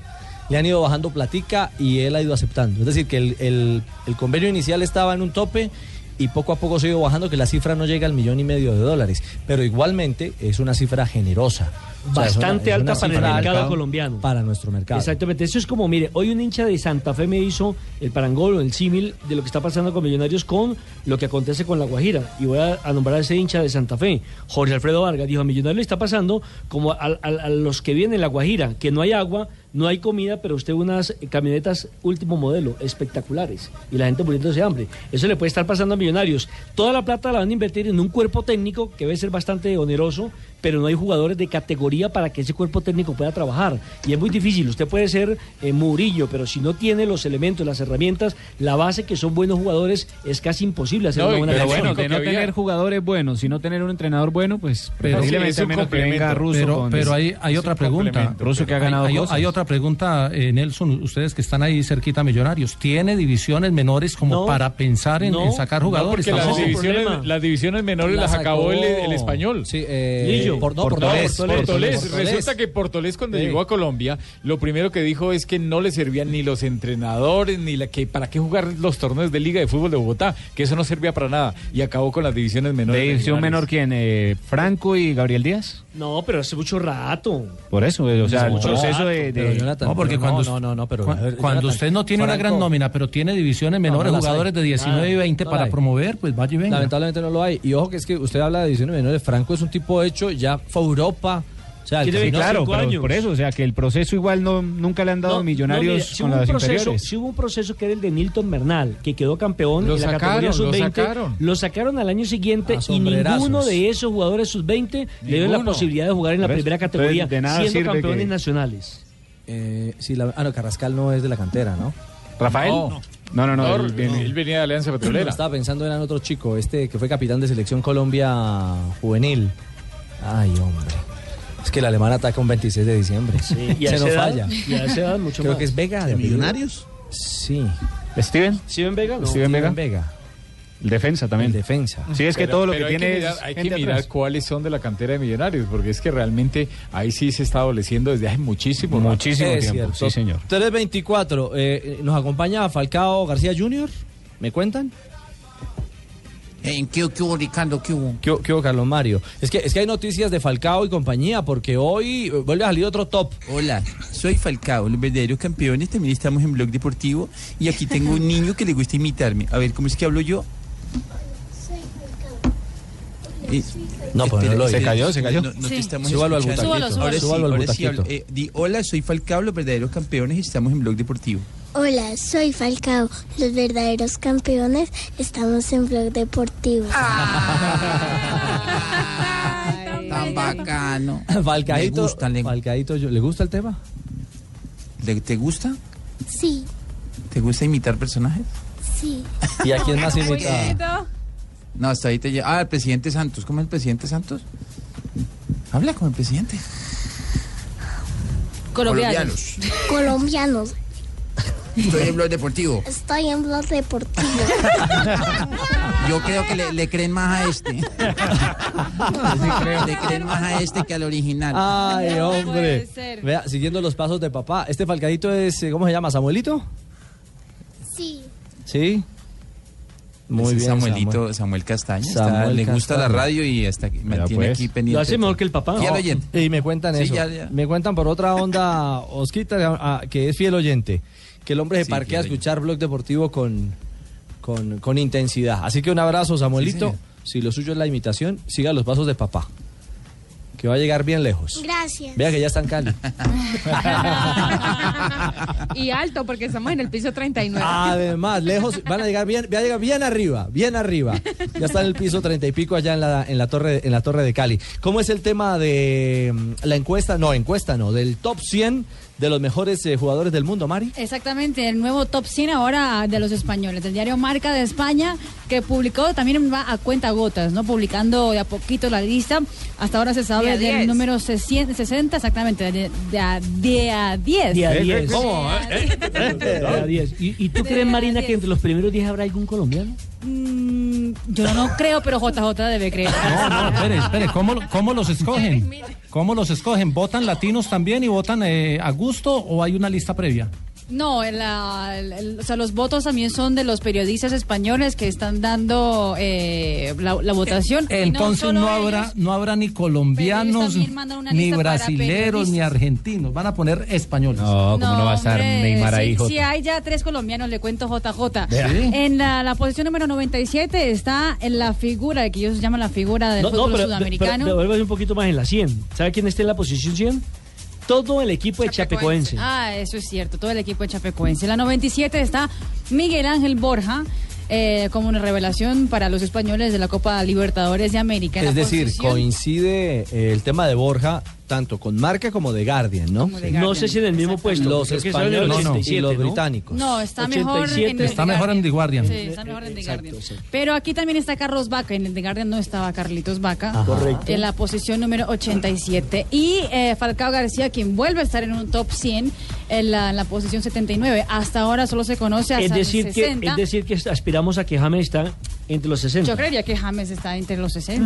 Speaker 6: Le han ido bajando platica y él ha ido aceptando. Es decir, que el, el- el convenio inicial estaba en un tope y poco a poco se ha ido bajando, que la cifra no llega al millón y medio de dólares. Pero igualmente es una cifra generosa. O sea, es una-
Speaker 11: bastante
Speaker 6: es una
Speaker 11: alta para el
Speaker 6: cifra
Speaker 11: mercado
Speaker 6: alta
Speaker 11: colombiano.
Speaker 6: Para nuestro mercado.
Speaker 11: Exactamente, eso es como, mire, hoy un hincha de Santa Fe me hizo el parangolo, el símil de lo que está pasando con Millonarios con lo que acontece con La Guajira. Y voy a, a nombrar a ese hincha de Santa Fe, Jorge Alfredo Vargas, dijo, a Millonarios le está pasando como a, a- a los que vienen en La Guajira, que no hay agua, no hay comida, pero usted ve unas eh, camionetas último modelo, espectaculares, y la gente muriéndose de hambre. Eso le puede estar pasando a Millonarios. Toda la plata la van a invertir en un cuerpo técnico que debe ser bastante oneroso, pero no hay jugadores de categoría categoría para que ese cuerpo técnico pueda trabajar. Y es muy difícil. Usted puede ser eh, Murillo, pero si no tiene los elementos, las herramientas, la base que son buenos jugadores, es casi imposible hacer
Speaker 16: No,
Speaker 11: una
Speaker 16: y-
Speaker 11: buena
Speaker 16: pero
Speaker 11: selección.
Speaker 16: bueno, de no tener jugadores buenos, sino tener un entrenador bueno, pues
Speaker 9: Pero
Speaker 16: preferiblemente
Speaker 9: es un
Speaker 16: a menos que venga
Speaker 9: complemento.
Speaker 16: Russo.
Speaker 9: Pero-
Speaker 16: con-
Speaker 9: pero hay, hay
Speaker 16: es
Speaker 9: otra
Speaker 16: un
Speaker 9: pregunta.
Speaker 16: complemento. Russo que ha
Speaker 9: Hay-
Speaker 16: ganado
Speaker 9: Hay, o-
Speaker 16: cosas.
Speaker 9: hay otra pregunta, eh, Nelson. Ustedes que están ahí cerquita a Millonarios, ¿tiene divisiones menores como
Speaker 14: No.
Speaker 9: para pensar en, en sacar jugadores?
Speaker 14: porque las
Speaker 9: Tampoco.
Speaker 14: divisiones, las divisiones menores las,
Speaker 9: Las
Speaker 14: acabó el,
Speaker 9: sacó-
Speaker 14: el español.
Speaker 6: Sí,
Speaker 9: Lillo. eh, por- no, Portolés,
Speaker 14: Portolés.
Speaker 9: Portolés.
Speaker 14: Portolés. Resulta que Portolés cuando
Speaker 9: Sí.
Speaker 14: llegó a Colombia, lo primero que dijo es que no le servían ni los entrenadores, ni la que para qué jugar los torneos de Liga de Fútbol de Bogotá, que eso no servía para nada. Y acabó con las divisiones menores.
Speaker 16: División menor quién, eh, Franco y Gabriel Díaz.
Speaker 11: No, pero hace mucho rato.
Speaker 16: Por eso, eh, o sea, el
Speaker 9: No,
Speaker 16: proceso de,
Speaker 9: pero
Speaker 16: de-
Speaker 9: Jonathan, no, porque cuando, no, no, pero cuando usted no tiene una gran
Speaker 6: Franco-
Speaker 9: nómina, pero tiene divisiones menores,
Speaker 6: no las
Speaker 9: jugadores
Speaker 6: hay.
Speaker 9: de 19 y
Speaker 6: Nada,
Speaker 9: 20
Speaker 6: no
Speaker 9: para
Speaker 6: las hay.
Speaker 9: promover, pues vaya y venga.
Speaker 6: Lamentablemente no lo hay. Y ojo que es que usted habla de divisiones menores. Franco es un tipo hecho, ya fue a Europa. O sea, el
Speaker 16: Sí,
Speaker 6: camino
Speaker 16: claro,
Speaker 6: cinco
Speaker 16: pero
Speaker 6: años.
Speaker 16: por eso, o sea, que el proceso igual no nunca le han dado millonarios
Speaker 11: No, mire, si
Speaker 16: con
Speaker 11: hubo un
Speaker 16: las
Speaker 11: proceso-
Speaker 16: inferiores.
Speaker 11: si hubo un proceso que era el de Nilton Bernal, que quedó campeón
Speaker 16: Lo
Speaker 11: en la categoría
Speaker 16: sacaron, lo
Speaker 11: sub-20.
Speaker 16: sacaron.
Speaker 11: lo sacaron al año siguiente
Speaker 16: A
Speaker 11: y
Speaker 16: sombrerazos.
Speaker 11: ninguno de esos jugadores sub-20 le dio la
Speaker 6: Ninguno.
Speaker 11: posibilidad de jugar en la
Speaker 6: Por eso.
Speaker 11: primera categoría,
Speaker 6: Entonces, de nada
Speaker 11: siendo
Speaker 6: sirve
Speaker 11: campeones
Speaker 6: que-
Speaker 11: nacionales.
Speaker 6: Eh, sí, la- ah, no, Carrascal no es de la cantera, ¿no?
Speaker 16: ¿Rafael? No. No, no, no, él viene-
Speaker 14: él venía de Alianza Petrolera.
Speaker 6: Estaba pensando en otro chico, este que fue capitán de selección Colombia juvenil. Ay, hombre. Es que el alemán ataca un 26 de diciembre.
Speaker 11: y a
Speaker 6: se
Speaker 11: esa
Speaker 6: nos
Speaker 11: edad-
Speaker 6: falla.
Speaker 11: y a esa edad mucho
Speaker 6: Creo
Speaker 11: más.
Speaker 6: que es Vega.
Speaker 11: ¿De
Speaker 6: apellido.
Speaker 11: Millonarios?
Speaker 6: Sí.
Speaker 16: ¿Steven?
Speaker 11: ¿Steven Vega? No.
Speaker 16: Steven Vega.
Speaker 6: Vega.
Speaker 16: El defensa también.
Speaker 6: defensa.
Speaker 16: Sí, es que
Speaker 14: Pero-
Speaker 16: todo lo que
Speaker 14: pero hay
Speaker 16: tiene
Speaker 14: mirar-
Speaker 16: es
Speaker 14: Hay que
Speaker 16: gente
Speaker 14: mirar
Speaker 16: atrás.
Speaker 14: cuáles son de la cantera de Millonarios, porque es que realmente ahí sí se está adoleciendo desde hace muchísimo rato.
Speaker 6: Es cierto. 3.24. eh, ¿Nos acompaña Falcao García Jr.? ¿Me cuentan?
Speaker 15: ¿En qué, qué hubo, Ricardo? ¿Qué hubo?
Speaker 6: ¿Qué, hubo, Carlos Mario? Es que, es que hay noticias de Falcao y compañía, porque hoy eh, vuelve a salir otro top.
Speaker 3: Hola, soy Falcao, los verdaderos campeones. También estamos en Blog Deportivo y aquí tengo un niño que le gusta imitarme. A ver, ¿cómo es que hablo yo? Eh,
Speaker 6: No, pero no
Speaker 3: espera,
Speaker 6: lo oí.
Speaker 3: espera,
Speaker 6: Se cayó, se cayó.
Speaker 3: No, no te
Speaker 6: Sí.
Speaker 3: estamos
Speaker 6: Súbalo al
Speaker 3: escuchando.
Speaker 6: butaquito. Súbalo,
Speaker 3: Ahora sí,
Speaker 6: súbalo.
Speaker 3: ahora sí,
Speaker 6: Súbalo al
Speaker 3: hablo. Eh, di, hola, soy Falcao, los verdaderos campeones. y Estamos en Blog Deportivo.
Speaker 8: Hola, soy Falcao. Los verdaderos campeones estamos en Blog Deportivo.
Speaker 20: Ah,
Speaker 21: Ah,
Speaker 15: Tan bacano.
Speaker 6: Falcaíto, Falcaíto, yo- ¿le gusta el tema?
Speaker 3: ¿Le- ¿Te gusta?
Speaker 8: Sí,
Speaker 3: ¿Te gusta imitar personajes?
Speaker 8: sí.
Speaker 6: ¿Y a quién más imita?
Speaker 3: No, hasta ahí te lle- Ah, el presidente Santos. ¿Cómo es el presidente Santos? Habla con el presidente.
Speaker 8: Colombianos. Colombianos.
Speaker 3: Estoy en Blog Deportivo.
Speaker 8: Estoy en Blog Deportivo.
Speaker 3: Yo creo que le, le creen más a este. Le creen más a este que al original.
Speaker 6: Ay, hombre. Vea, siguiendo los pasos de papá. Este Falcadito es, eh, ¿cómo se llama? ¿Samuelito?
Speaker 8: Sí.
Speaker 6: Sí.
Speaker 3: Muy
Speaker 6: bien,
Speaker 3: Samuelito,
Speaker 6: Samuel.
Speaker 3: Samuel, Castaña.
Speaker 6: Samuel
Speaker 3: está- le gusta
Speaker 6: Castaña.
Speaker 3: la radio y hasta que me tiene aquí pendiente. Fiel
Speaker 6: No,
Speaker 3: oyente.
Speaker 6: Y pues. me cuentan
Speaker 3: Sí,
Speaker 6: eso.
Speaker 3: ya, ya.
Speaker 6: Me cuentan por otra onda, Osquita, ah, que es fiel oyente. Que el hombre se parquea a escuchar Blog Deportivo con, con, con intensidad. Así que un abrazo, Samuelito. si lo suyo es la imitación, siga los pasos de papá. Que va a llegar bien lejos.
Speaker 23: Gracias.
Speaker 6: Vea que ya está en Cali.
Speaker 23: Y alto, porque estamos en el piso 39.
Speaker 6: Ah, Además, lejos, van a llegar bien, van a llegar bien arriba, bien arriba. Ya está en el piso treinta y pico allá en la, en la torre, en la torre de Cali. ¿Cómo es el tema de mm, la encuesta? No, encuesta no, del top 100 de los mejores eh, jugadores del mundo, Mari.
Speaker 7: Exactamente, el nuevo top 100 ahora de los españoles, del diario Marca de España, que publicó también va a cuenta gotas, ¿no? Publicando de a poquito la lista. Hasta ahora se
Speaker 23: De
Speaker 7: sabe
Speaker 23: a
Speaker 7: del
Speaker 23: 10.
Speaker 7: número 60, 60, exactamente, de, de a, de a 10.
Speaker 11: De a
Speaker 7: Eh,
Speaker 11: 10.
Speaker 7: ¿cómo?
Speaker 11: De a 10. ¿Y, y tú
Speaker 7: De
Speaker 11: crees,
Speaker 7: a
Speaker 11: Marina,
Speaker 7: 10.
Speaker 11: que entre los primeros 10 habrá algún colombiano?
Speaker 7: Mm, yo no creo, pero JJ debe creer.
Speaker 9: Espere, espere, ¿cómo, lo- cómo los escogen? ¿Cómo los escogen? ¿Votan latinos también y votan eh, a gusto o hay una lista previa?
Speaker 7: No, el, ah, el- el- o sea, los votos también son de los periodistas españoles que están dando eh, la, la votación. y no
Speaker 9: Entonces
Speaker 7: solo
Speaker 9: no
Speaker 7: ellos.
Speaker 9: habrá, no habrá ni colombianos,
Speaker 7: Periodistas, Mirman, una
Speaker 9: ni
Speaker 7: lista para
Speaker 9: brasileros, ni
Speaker 7: periodistas.
Speaker 9: argentinos. Van a poner españoles.
Speaker 7: No, hombre, sí, sí hay ya tres colombianos, le cuento JJ.
Speaker 9: Vea. Sí.
Speaker 7: En la, la posición número 97 está en la figura, que ellos llaman la figura del fútbol sudamericano.
Speaker 11: devuélvase un poquito más en la 100. ¿Sabe quién está en la posición 100? Todo el equipo de Chapecoense.
Speaker 7: Ah, eso es cierto, todo el equipo de Chapecoense. En la 97 está Miguel Ángel Borja. eh, como una revelación para los españoles de la Copa Libertadores de América. En
Speaker 6: Es
Speaker 7: la
Speaker 6: decir,
Speaker 7: posición-
Speaker 6: coincide eh, el tema de Borja tanto con marca como de Guardian, ¿no?
Speaker 11: de No Guardian, sé si en el mismo puesto,
Speaker 6: Los
Speaker 11: creo que estaba en el
Speaker 6: españoles y
Speaker 11: 87,
Speaker 6: los
Speaker 11: ¿no?
Speaker 6: británicos.
Speaker 7: No, está mejor en el
Speaker 9: Está mejor en The Guardian.
Speaker 7: Sí, está mejor en The Guardian. Pero aquí también está Carlos Vaca. En el The Guardian no estaba Carlitos Vaca.
Speaker 9: Ajá. Correcto.
Speaker 7: En la posición número 87. Y eh, Falcao García, quien vuelve a estar en un top 100 en la, en la posición 79. Hasta ahora solo se conoce hasta
Speaker 11: Es decir,
Speaker 7: el
Speaker 11: que,
Speaker 7: 60.
Speaker 11: es decir, que aspiramos a que James está entre los 60.
Speaker 7: Yo creería que James está entre los 60.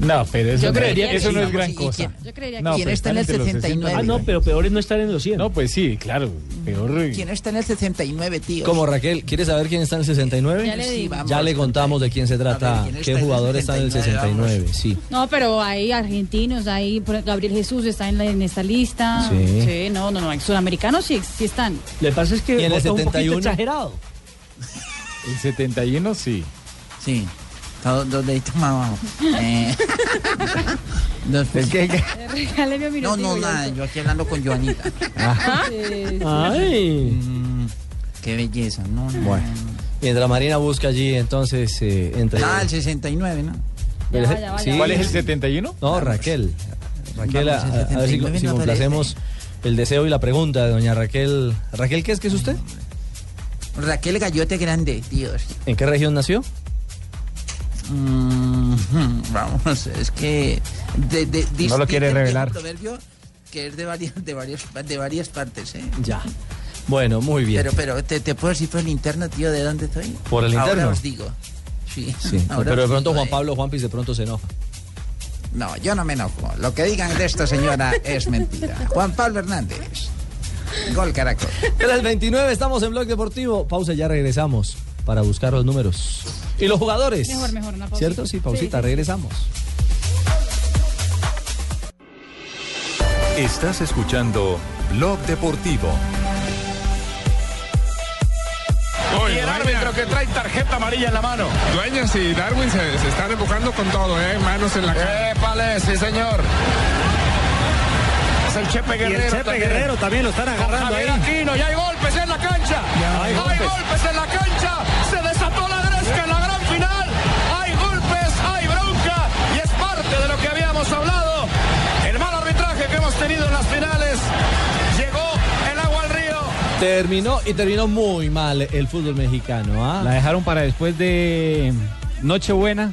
Speaker 14: No, pero eso,
Speaker 11: Yo
Speaker 14: no-
Speaker 11: creería que
Speaker 14: eso no
Speaker 11: sí.
Speaker 14: es Hmm. gran
Speaker 11: ¿Y
Speaker 14: cosa.
Speaker 7: Yo creería
Speaker 14: No,
Speaker 7: que
Speaker 14: pero estar entre los 69.
Speaker 11: Ah, no, pero peor es no estar en los 100.
Speaker 14: No, pues sí, claro.
Speaker 7: Mm.
Speaker 14: Peor.
Speaker 15: ¿Quién está en el 69, tío?
Speaker 6: Como Raquel, ¿quieres saber quién está en el 69?
Speaker 7: Ya le digo.
Speaker 6: Ya le contamos de quién se trata,
Speaker 15: ¿quién está
Speaker 6: qué
Speaker 15: en el
Speaker 6: jugador está en el
Speaker 15: 69?
Speaker 6: 69, sí.
Speaker 7: No, pero hay argentinos, hay por ejemplo, Gabriel Jesús está en, la- en esta lista.
Speaker 6: Sí.
Speaker 7: no, no, no, hay sudamericanos sí, sí están.
Speaker 11: Le pasa es
Speaker 14: Y en el
Speaker 11: vota un poquito
Speaker 14: 71.
Speaker 11: exagerado.
Speaker 14: El 71 sí.
Speaker 15: Sí. Todos dos deditos más abajo. Eh, dos pesitos.
Speaker 7: Eh, Regáleme un
Speaker 15: No,
Speaker 7: minutico
Speaker 15: no,
Speaker 7: y
Speaker 15: nada. Yo aquí hablando con Joanita.
Speaker 7: Sí, sí.
Speaker 15: Mm, qué belleza. No, no.
Speaker 6: Bueno, mientras Marina busca allí, entonces, eh, entre...
Speaker 15: Ah, el 69, ¿no?
Speaker 6: Pero
Speaker 15: Ya
Speaker 6: es-
Speaker 15: va, ya va,
Speaker 6: sí.
Speaker 15: ya va. ¿Cuál es el
Speaker 14: 71?
Speaker 6: No, Raquel. Raquel,
Speaker 15: Vamos,
Speaker 6: a,
Speaker 15: el
Speaker 6: a- a ver si,
Speaker 15: 79
Speaker 6: si
Speaker 15: no
Speaker 6: complacemos el deseo y la pregunta de doña Raquel. Raquel, ¿qué es que es usted?
Speaker 15: Raquel Gallote Grande, Dios.
Speaker 6: ¿En qué región nació?
Speaker 15: Mm, vamos, es que... de- de- dis-
Speaker 6: No lo quiere
Speaker 15: dicen que es
Speaker 6: revelar.
Speaker 15: un proverbio que es de varias, de varias, de varias partes, ¿eh?
Speaker 6: Ya. Bueno, muy bien.
Speaker 15: Pero, pero, ¿te, te puedo decir por el interno, tío, de dónde estoy?
Speaker 6: ¿Por el
Speaker 15: Ahora
Speaker 6: interno?
Speaker 15: os digo. Sí.
Speaker 6: Sí,
Speaker 15: ahora
Speaker 6: pero de
Speaker 15: os
Speaker 6: pronto
Speaker 15: digo,
Speaker 6: Juan
Speaker 15: eh.
Speaker 6: Pablo Juanpis de pronto se enoja.
Speaker 15: No, yo no me enojo. Lo que digan de esta señora es mentira. Juan Pablo Hernández. Gol Caracol.
Speaker 6: Era el 29, estamos en Blog Deportivo. Pausa, ya regresamos para buscar los números. Y los jugadores.
Speaker 7: Mejor, mejor, una pausita.
Speaker 6: ¿Cierto? Sí, pausita,
Speaker 7: Sí, sí, sí.
Speaker 6: regresamos.
Speaker 1: Estás escuchando Blog Deportivo.
Speaker 2: Y el árbitro que trae tarjeta amarilla en la mano. Dueñas y Darwin se, se están empujando con todo, ¿eh? Manos en la cara. ¡Épale, sí, señor! Es el Chepe Guerrero.
Speaker 17: Chepe Guerrero también lo están
Speaker 2: Con
Speaker 17: agarrando
Speaker 2: Javier
Speaker 17: ahí.
Speaker 2: Aquino, y hay golpes en la cancha. hay, golpes. en la cancha. Se desató la gresca en la gran final. Hay golpes, hay bronca. Y es parte de lo que habíamos hablado. El mal arbitraje que hemos tenido en las finales. Llegó el agua al río.
Speaker 6: Terminó y terminó muy mal el fútbol mexicano. ¿ah?
Speaker 16: La dejaron para después de Nochebuena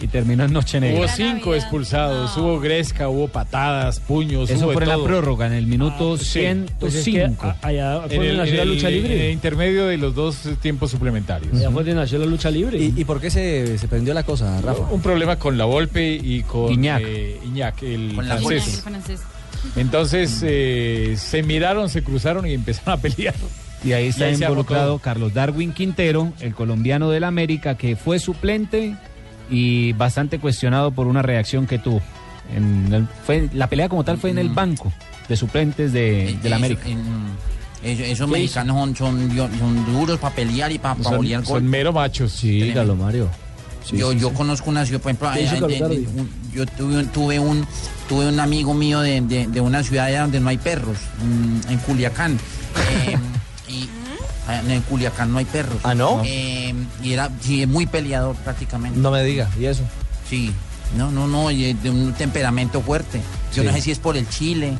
Speaker 16: y terminó en Noche Negra.
Speaker 14: Hubo cinco expulsados, hubo gresca, hubo patadas, puños.
Speaker 16: Eso
Speaker 14: hubo de
Speaker 16: fue en la
Speaker 14: todo.
Speaker 16: prórroga, en el minuto
Speaker 14: Ah, sí.
Speaker 16: 105.
Speaker 14: Pues es que, ah,
Speaker 11: allá
Speaker 14: En el, en el- en el
Speaker 16: En
Speaker 14: intermedio de los dos tiempos suplementarios.
Speaker 11: Ya fue de nació la lucha libre.
Speaker 6: ¿Y, y por qué se, se prendió la cosa, Rafa?
Speaker 14: Un problema con la Volpe y con
Speaker 6: Iñak.
Speaker 14: eh, Iñak, el
Speaker 6: Con la
Speaker 14: francés.
Speaker 7: Iñaki, el francés.
Speaker 14: Entonces eh, se miraron, se cruzaron y empezaron a pelear.
Speaker 16: Y ahí está
Speaker 14: Y ahí se
Speaker 16: involucrado
Speaker 14: agotó.
Speaker 16: Carlos Darwin Quintero, el colombiano del América, que fue suplente y bastante cuestionado por una reacción que tuvo. En el- fue, la pelea como tal fue
Speaker 14: Mm.
Speaker 16: en el banco de suplentes de, del
Speaker 15: Eso-
Speaker 16: América.
Speaker 15: en- eso- esos
Speaker 16: ¿Qué
Speaker 15: mexicanos son, son, yo- son duros para pelear y para
Speaker 16: Son-
Speaker 15: bolear
Speaker 16: son
Speaker 15: gol.
Speaker 14: mero machos.
Speaker 6: Sí, Galo Mario.
Speaker 15: yo, yo conozco una ciudad, por ejemplo,
Speaker 6: ¿Qué hizo
Speaker 15: allá en-
Speaker 6: Carlos
Speaker 15: en-
Speaker 6: Darwin?
Speaker 15: un- yo tuve, un- tuve un tuve un amigo mío de, de- de una ciudad allá donde no hay perros, mm, en Culiacán. Eh, y ah, en Culiacán no hay perros.
Speaker 6: ¿Ah, no?
Speaker 15: Eh, y era sí, es muy peleador prácticamente.
Speaker 6: No me diga, ¿y eso?
Speaker 15: Sí, no, no, no, y es de un temperamento fuerte. Yo
Speaker 16: Sí.
Speaker 15: no sé si es por el chile,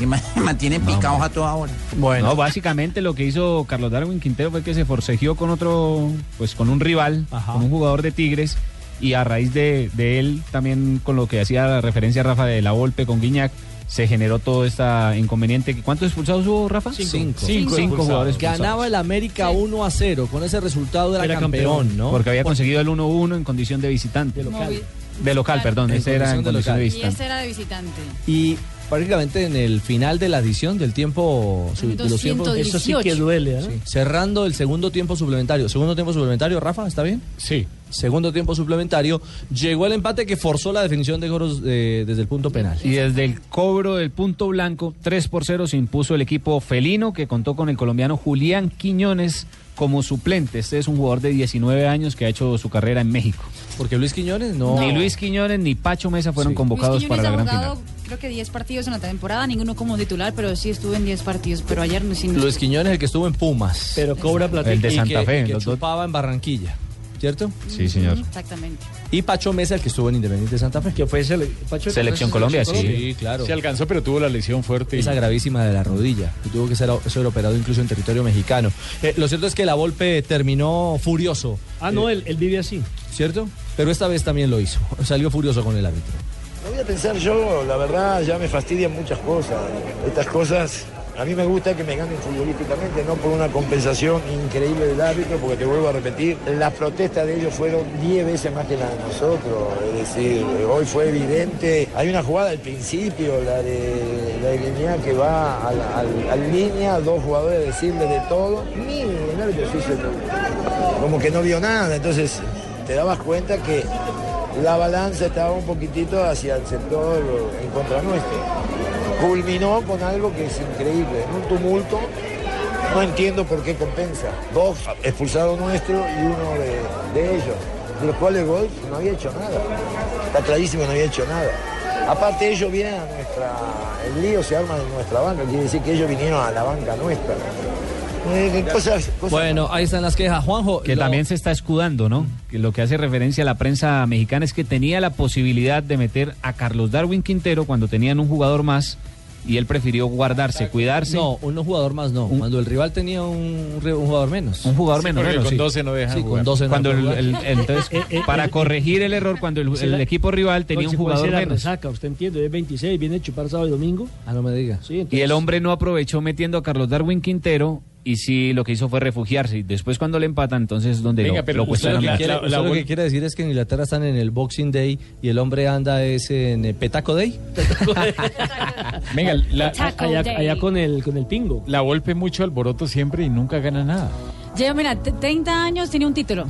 Speaker 15: y ma- mantienen picados a toda hora.
Speaker 16: Bueno. básicamente lo que hizo Carlos Darwin Quintero fue que se forcejeó con otro, pues con un rival, con un jugador de Tigres, y a raíz de, de él, también con lo que hacía referencia Rafa de la Volpe con Guiñac, se generó todo este inconveniente. ¿Cuántos expulsados hubo, Rafa? Cinco. Cinco, jugadores expulsados.
Speaker 6: Ganaba el América 1 a 0. Con ese resultado era, campeón, ¿no?
Speaker 16: Porque había conseguido el 1-1 en condición de visitante. De
Speaker 7: local. Movi-
Speaker 16: De local, perdón.
Speaker 6: En
Speaker 16: Ese era en
Speaker 6: condición
Speaker 16: condición
Speaker 6: de
Speaker 16: de
Speaker 7: Y
Speaker 16: visitante.
Speaker 7: ese era de visitante.
Speaker 6: Y prácticamente en el final de la adición del tiempo. su- de los tiempos,
Speaker 7: 218. Eso sí que
Speaker 11: duele, ¿eh?
Speaker 6: Cerrando el segundo tiempo suplementario. Segundo tiempo suplementario, Rafa, ¿está bien?
Speaker 14: Sí.
Speaker 6: Segundo tiempo suplementario. Llegó el empate que forzó la definición de Goros eh, desde el punto penal.
Speaker 16: Y desde el cobro del punto blanco, 3 por 0 se impuso el equipo felino que contó con el colombiano Julián Quiñones como suplente. Este es un jugador de 19 años que ha hecho su carrera en México.
Speaker 6: Porque Luis Quiñones no.
Speaker 16: Ni Luis Quiñones ni Pacho Mesa fueron convocados
Speaker 7: Luis Quiñones
Speaker 16: para la
Speaker 7: ha
Speaker 16: gran
Speaker 7: jugado,
Speaker 16: final.
Speaker 7: creo que 10 partidos en la temporada, ninguno como titular, pero sí estuvo en 10 partidos. Pero ayer no sin
Speaker 6: Luis Quiñones, el que estuvo en Pumas.
Speaker 11: Pero cobra platica.
Speaker 16: El de
Speaker 6: Y
Speaker 16: Santa
Speaker 6: que-
Speaker 16: Fe,
Speaker 6: y que
Speaker 16: los dos.
Speaker 6: chupaba en Barranquilla. ¿cierto?
Speaker 16: Sí, señor.
Speaker 7: Exactamente.
Speaker 6: Y Pacho Mesa, el que estuvo en Independiente Santa Fe. Que fue
Speaker 16: Selección Colombia, sí.
Speaker 6: claro.
Speaker 14: Se alcanzó, pero tuvo la lesión fuerte. y-
Speaker 6: Esa gravísima de la rodilla. que tuvo que ser o- ser operado incluso en territorio mexicano. Eh, lo cierto es que la Volpe terminó furioso.
Speaker 11: Ah, no, él, él vive así.
Speaker 6: ¿Cierto? Pero esta vez también lo hizo. Salió furioso con el árbitro.
Speaker 17: Lo voy a pensar yo, la verdad, ya me fastidian muchas cosas. Estas cosas, a mí me gusta que me ganen futbolísticamente, no por una compensación increíble del árbitro, porque te vuelvo a repetir, las protestas de ellos fueron 10 veces más que las de nosotros. Es decir, hoy fue evidente. Hay una jugada al principio, la de la de línea que va al, al- al línea, dos jugadores decirle de todo. Miren, el árbitro se hizo el- como que no vio nada, entonces te dabas cuenta que la balanza estaba un poquitito hacia el sector en contra nuestro. Culminó con algo que es increíble, en un tumulto. No entiendo por qué compensa. Dos expulsados nuestros y uno de, de ellos, de los cuales Golf no había hecho nada. Está clarísimo, no había hecho nada. Aparte ellos vienen a nuestra... El lío se arma en nuestra banca, quiere decir que ellos vinieron a la banca nuestra. Eh, cosas- cosas
Speaker 6: Bueno, ahí están las quejas. Juanjo.
Speaker 16: Que
Speaker 6: lo-
Speaker 16: también se está escudando, ¿no? Que lo que hace referencia a la prensa mexicana es que tenía la posibilidad de meter a Carlos Darwin Quintero cuando tenían un jugador más y él prefirió guardarse, cuidarse.
Speaker 6: No, un jugador más no. Cuando el rival tenía un, re- un jugador menos.
Speaker 16: Un jugador menos. menos, sí.
Speaker 6: Sí, con 12 no
Speaker 16: Cuando
Speaker 6: dejan
Speaker 16: el-
Speaker 6: jugar.
Speaker 16: el- entonces, para corregir el error, cuando el,
Speaker 11: Se
Speaker 16: el
Speaker 11: la-
Speaker 16: equipo rival tenía un
Speaker 11: Consecuencia de
Speaker 16: jugador
Speaker 11: la
Speaker 16: menos.
Speaker 11: resaca, usted entiende, es 26, viene a chupar sábado y domingo.
Speaker 6: Ah, no me diga.
Speaker 11: Sí, entonces-
Speaker 16: Y el hombre no aprovechó metiendo a Carlos Darwin Quintero y sí lo que hizo fue refugiarse. Y después cuando le empatan, entonces es donde lo-
Speaker 6: Venga,
Speaker 16: lo,
Speaker 6: pero usted
Speaker 16: cuestionan
Speaker 6: lo, que
Speaker 16: más.
Speaker 6: quiere, usted lo que quiere decir es que en Inglaterra están en el Boxing Day y el hombre anda es en eh, Petaco Day.
Speaker 14: Venga, la,
Speaker 6: Ah,
Speaker 7: Taco allá- Day. allá
Speaker 14: con
Speaker 11: el con el pingo.
Speaker 14: La golpe mucho alboroto siempre y nunca gana nada.
Speaker 7: Lleva, mira, t- 30 años tiene un título.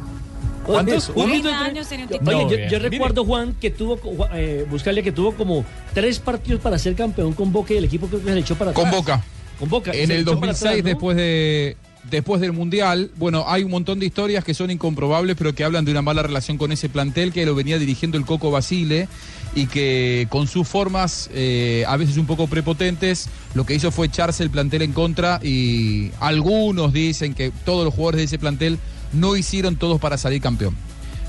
Speaker 14: ¿Cuántos?
Speaker 11: Un
Speaker 7: 30 años tiene un título.
Speaker 11: Oye,
Speaker 14: No,
Speaker 11: yo,
Speaker 14: vea,
Speaker 11: yo
Speaker 14: mire.
Speaker 11: recuerdo, Juan, que tuvo, co- Ju- eh, buscarle que tuvo como tres partidos para ser campeón con Boca y el equipo creo que se le echó para atrás.
Speaker 12: Con Boca.
Speaker 11: Con Boca.
Speaker 12: En
Speaker 11: Se
Speaker 12: el
Speaker 11: echó para
Speaker 12: 2006,
Speaker 11: atrás, ¿no?
Speaker 12: después, de, después del Mundial, bueno, hay un montón de historias que son incomprobables, pero que hablan de una mala relación con ese plantel que lo venía dirigiendo el Coco Basile y que con sus formas, eh, a veces un poco prepotentes, lo que hizo fue echarse el plantel en contra y algunos dicen que todos los jugadores de ese plantel no hicieron todos para salir campeón.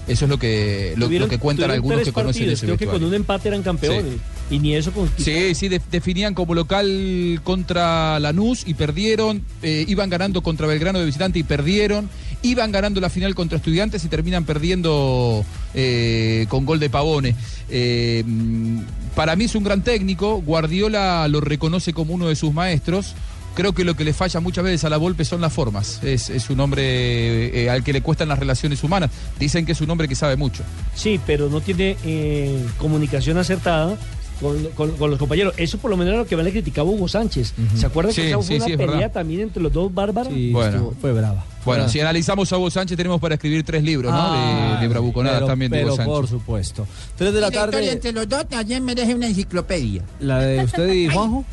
Speaker 12: Eso es lo que, lo,
Speaker 11: Tuvieron-
Speaker 12: lo que cuentan
Speaker 11: tuvieron
Speaker 12: algunos
Speaker 11: tres
Speaker 12: que conocen
Speaker 11: partidos,
Speaker 12: ese
Speaker 11: Creo que
Speaker 12: vestuario.
Speaker 11: con un empate eran campeones. Y ni eso con
Speaker 12: Sí, sí, de- definían como local contra Lanús y perdieron. eh, iban ganando contra Belgrano de visitante y perdieron. Iban ganando la final contra Estudiantes y terminan perdiendo eh, con gol de Pavone. Eh, mm, para mí es un gran técnico. Guardiola lo reconoce como uno de sus maestros. Creo que lo que le falla muchas veces a la Volpe son las formas. Es, es un hombre eh, al que le cuestan las relaciones humanas. Dicen que es un hombre que sabe mucho.
Speaker 11: Sí, pero no tiene eh, comunicación acertada con, con- con los compañeros. Eso por lo menos era lo que más le criticaba Hugo Sánchez. ¿Se acuerdan
Speaker 12: Sí,
Speaker 11: que esa fue
Speaker 12: sí,
Speaker 11: una
Speaker 12: sí, es
Speaker 11: pelea
Speaker 12: verdad.
Speaker 11: también entre los dos bárbaros?
Speaker 12: Bueno.
Speaker 6: fue brava.
Speaker 12: Bueno,
Speaker 6: Bueno.
Speaker 12: si analizamos a Hugo Sánchez, tenemos para escribir tres libros, ¿no?
Speaker 6: Ah,
Speaker 12: de, de bravuconadas
Speaker 6: pero-
Speaker 12: también de Hugo
Speaker 6: pero
Speaker 12: Sánchez.
Speaker 6: por supuesto. Tres de la
Speaker 12: historia
Speaker 6: tarde.
Speaker 12: entre
Speaker 15: los dos también merece una enciclopedia.
Speaker 6: La de usted y Juanjo.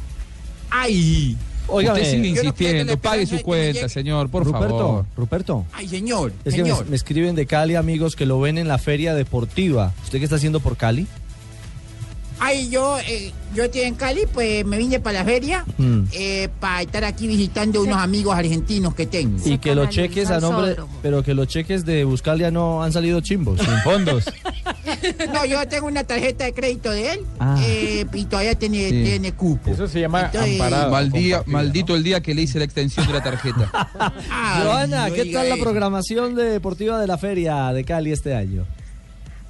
Speaker 15: ¡Ay!
Speaker 6: Óigame,
Speaker 12: Usted sigue
Speaker 6: yo no
Speaker 12: insistiendo, pague su cuenta, señor, por
Speaker 6: Ruperto,
Speaker 12: favor.
Speaker 6: Ruperto.
Speaker 15: Ay, señor.
Speaker 6: Es que me,
Speaker 15: señor.
Speaker 6: me escriben de Cali amigos que lo ven en la feria deportiva. ¿Usted qué está haciendo por Cali?
Speaker 15: Ay, yo, eh, yo estoy en Cali, pues me vine para la feria
Speaker 12: Hmm.
Speaker 6: Mm.
Speaker 15: eh, para estar aquí visitando unos amigos argentinos que tengo.
Speaker 6: Y que los cheques a nombre, pero que los cheques de Buscalia no han salido chimbos, sin fondos.
Speaker 15: No, yo tengo una tarjeta de crédito de él
Speaker 6: Ah.
Speaker 15: eh, y todavía tiene,
Speaker 12: Sí.
Speaker 15: tiene cupo.
Speaker 12: Eso se llama
Speaker 15: Entonces, amparado,
Speaker 12: Mal día-
Speaker 15: compartida,
Speaker 12: Ah, maldito el día que le hice la extensión de la tarjeta.
Speaker 15: Ay,
Speaker 6: Joana,
Speaker 15: no
Speaker 6: ¿qué
Speaker 15: diga
Speaker 6: tal la
Speaker 15: eso.
Speaker 6: programación de deportiva de la feria de Cali este año?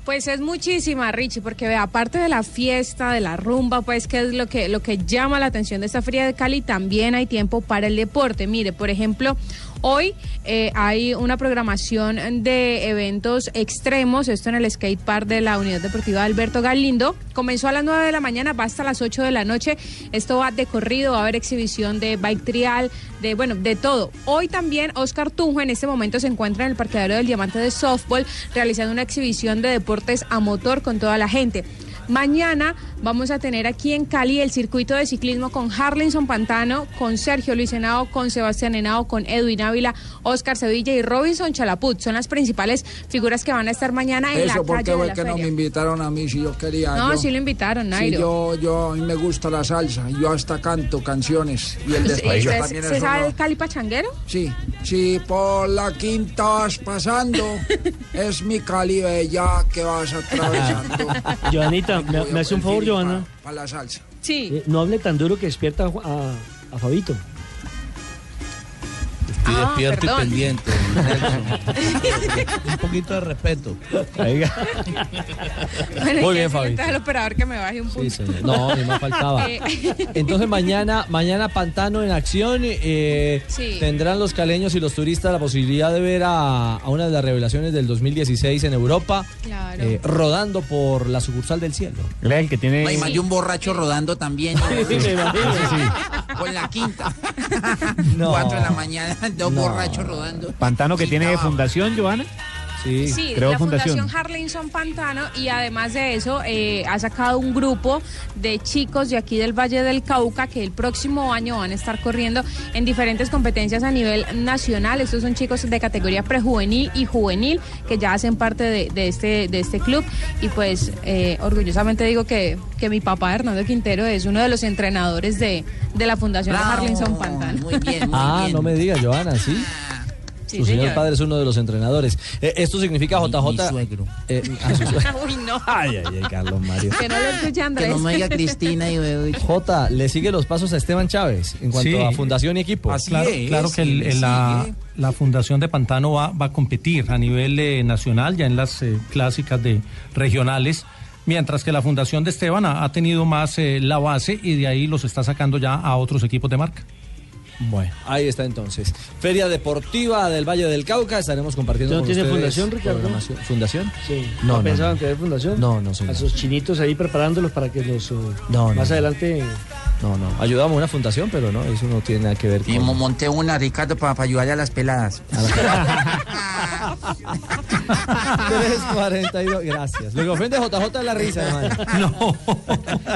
Speaker 23: Pues es muchísima, Richie, porque vea, aparte de la fiesta, de la rumba, pues que es lo que, lo que llama la atención de esta Feria de Cali, también hay tiempo para el deporte. Mire, por ejemplo, hoy eh, hay una programación de eventos extremos, esto en el skate park de la Unidad Deportiva Alberto Galindo. Comenzó a las 9 de la mañana, va hasta las 8 de la noche. Esto va de corrido, va a haber exhibición de eh, bike trial, de bueno, de todo. Hoy también Oscar Tunjo en este momento se encuentra en el parqueadero del Diamante de Softball realizando una exhibición de deportes a motor con toda la gente. Mañana vamos a tener aquí en Cali el circuito de ciclismo con Harlinson Pantano, con Sergio Luis Henao, con Sebastián Henao, con Edwin Ávila, Oscar Sevilla y Robinson Chalaput. Son las principales figuras que van a estar mañana en
Speaker 10: Eso
Speaker 23: la calle
Speaker 10: porque
Speaker 23: de
Speaker 10: fue
Speaker 23: la
Speaker 10: que no
Speaker 23: feria.
Speaker 10: me invitaron a mí si yo quería.
Speaker 23: No,
Speaker 10: yo,
Speaker 23: sí lo invitaron,
Speaker 10: sí,
Speaker 23: Nairo.
Speaker 10: yo, yo, a mí me gusta la salsa, yo hasta canto canciones y el
Speaker 23: Sí,
Speaker 10: despacho también
Speaker 23: ¿se- Pues, eh, ¿Se
Speaker 10: es
Speaker 23: sabe
Speaker 10: uno-
Speaker 23: el Cali Pachanguero?
Speaker 10: Sí, sí, por la quinta vas pasando, es mi Cali bella que vas atravesando
Speaker 11: Joanita, me, me hace un favor, Joana.
Speaker 10: para la salsa.
Speaker 23: Sí.
Speaker 11: Eh, no hable tan duro que despierta a, Ju- a, a Fabito.
Speaker 13: Estoy
Speaker 11: Ah,
Speaker 13: despierto y
Speaker 11: perdón.
Speaker 13: pendiente. Nelson. Un poquito de respeto.
Speaker 6: Muy
Speaker 23: Bueno, hay que
Speaker 6: bien,
Speaker 23: decirle
Speaker 6: Fabito.
Speaker 23: entonces al operador que me baje un punto.
Speaker 6: señor. No, ni más faltaba.
Speaker 23: Eh,
Speaker 6: Entonces mañana, mañana Pantano en acción. eh,
Speaker 23: Sí.
Speaker 6: Tendrán los caleños y los turistas la posibilidad de ver a, a una de las revelaciones del 2016 en Europa,
Speaker 23: Claro.
Speaker 6: eh, rodando por la sucursal del cielo.
Speaker 16: El que tiene.
Speaker 15: No, y más de un borracho rodando también.
Speaker 6: me imagino,
Speaker 15: Con la quinta. Cuatro de la mañana, dos borrachos rodando.
Speaker 16: Pantano que tiene fundación, Joana.
Speaker 23: Sí,
Speaker 16: creo
Speaker 23: la Fundación,
Speaker 16: fundación.
Speaker 23: Harlinson Pantano y además de eso eh, ha sacado un grupo de chicos de aquí del Valle del Cauca que el próximo año van a estar corriendo en diferentes competencias a nivel nacional. Estos son chicos de categoría prejuvenil y juvenil que ya hacen parte de, de este, de este club y pues eh, orgullosamente digo que, que mi papá Hernando Quintero es uno de los entrenadores de, de la Fundación
Speaker 15: Bravo,
Speaker 23: Harlinson Pantano.
Speaker 15: Muy bien, muy
Speaker 6: ah,
Speaker 15: bien. Ah.
Speaker 6: no me diga, Joana, sí.
Speaker 23: Sí,
Speaker 6: Su señor
Speaker 23: señor.
Speaker 6: padre es uno de los entrenadores. Eh, esto significa JJ. eh, a su suegro.
Speaker 23: Uy, no.
Speaker 6: Ay, ay, ay, Carlos Mario.
Speaker 23: Que no lo escuche Andrés.
Speaker 6: y Jota, le sigue los pasos a Esteban Chávez en cuanto
Speaker 9: Sí.
Speaker 6: a fundación y equipo.
Speaker 9: claro, claro que el- el- la, la Fundación de Pantano va, va a competir a nivel eh, nacional, ya en las eh, clásicas de regionales, mientras que la Fundación de Esteban ha, ha tenido más eh, la base y de ahí los está sacando ya a otros equipos de marca.
Speaker 6: Bueno, ahí está entonces. Feria Deportiva del Valle del Cauca, estaremos compartiendo
Speaker 11: ¿No
Speaker 6: con
Speaker 11: tiene
Speaker 6: ustedes
Speaker 11: fundación, Ricardo?
Speaker 6: programación. ¿Fundación?
Speaker 11: Sí.
Speaker 6: No,
Speaker 11: ¿No,
Speaker 6: no,
Speaker 11: pensaban
Speaker 6: no.
Speaker 11: tener fundación?
Speaker 6: No, no, señor.
Speaker 11: A sus chinitos ahí preparándolos para que los eh,
Speaker 6: No, no,
Speaker 11: más
Speaker 6: no.
Speaker 11: adelante.
Speaker 6: No, no, ayudamos a una fundación, pero no, eso no tiene nada que ver
Speaker 15: Y
Speaker 6: con...
Speaker 15: mo- monté una, Ricardo, para, ayudarle a las peladas.
Speaker 6: 3.42, gracias. Lo que ofende a JJ es la risa, hermano.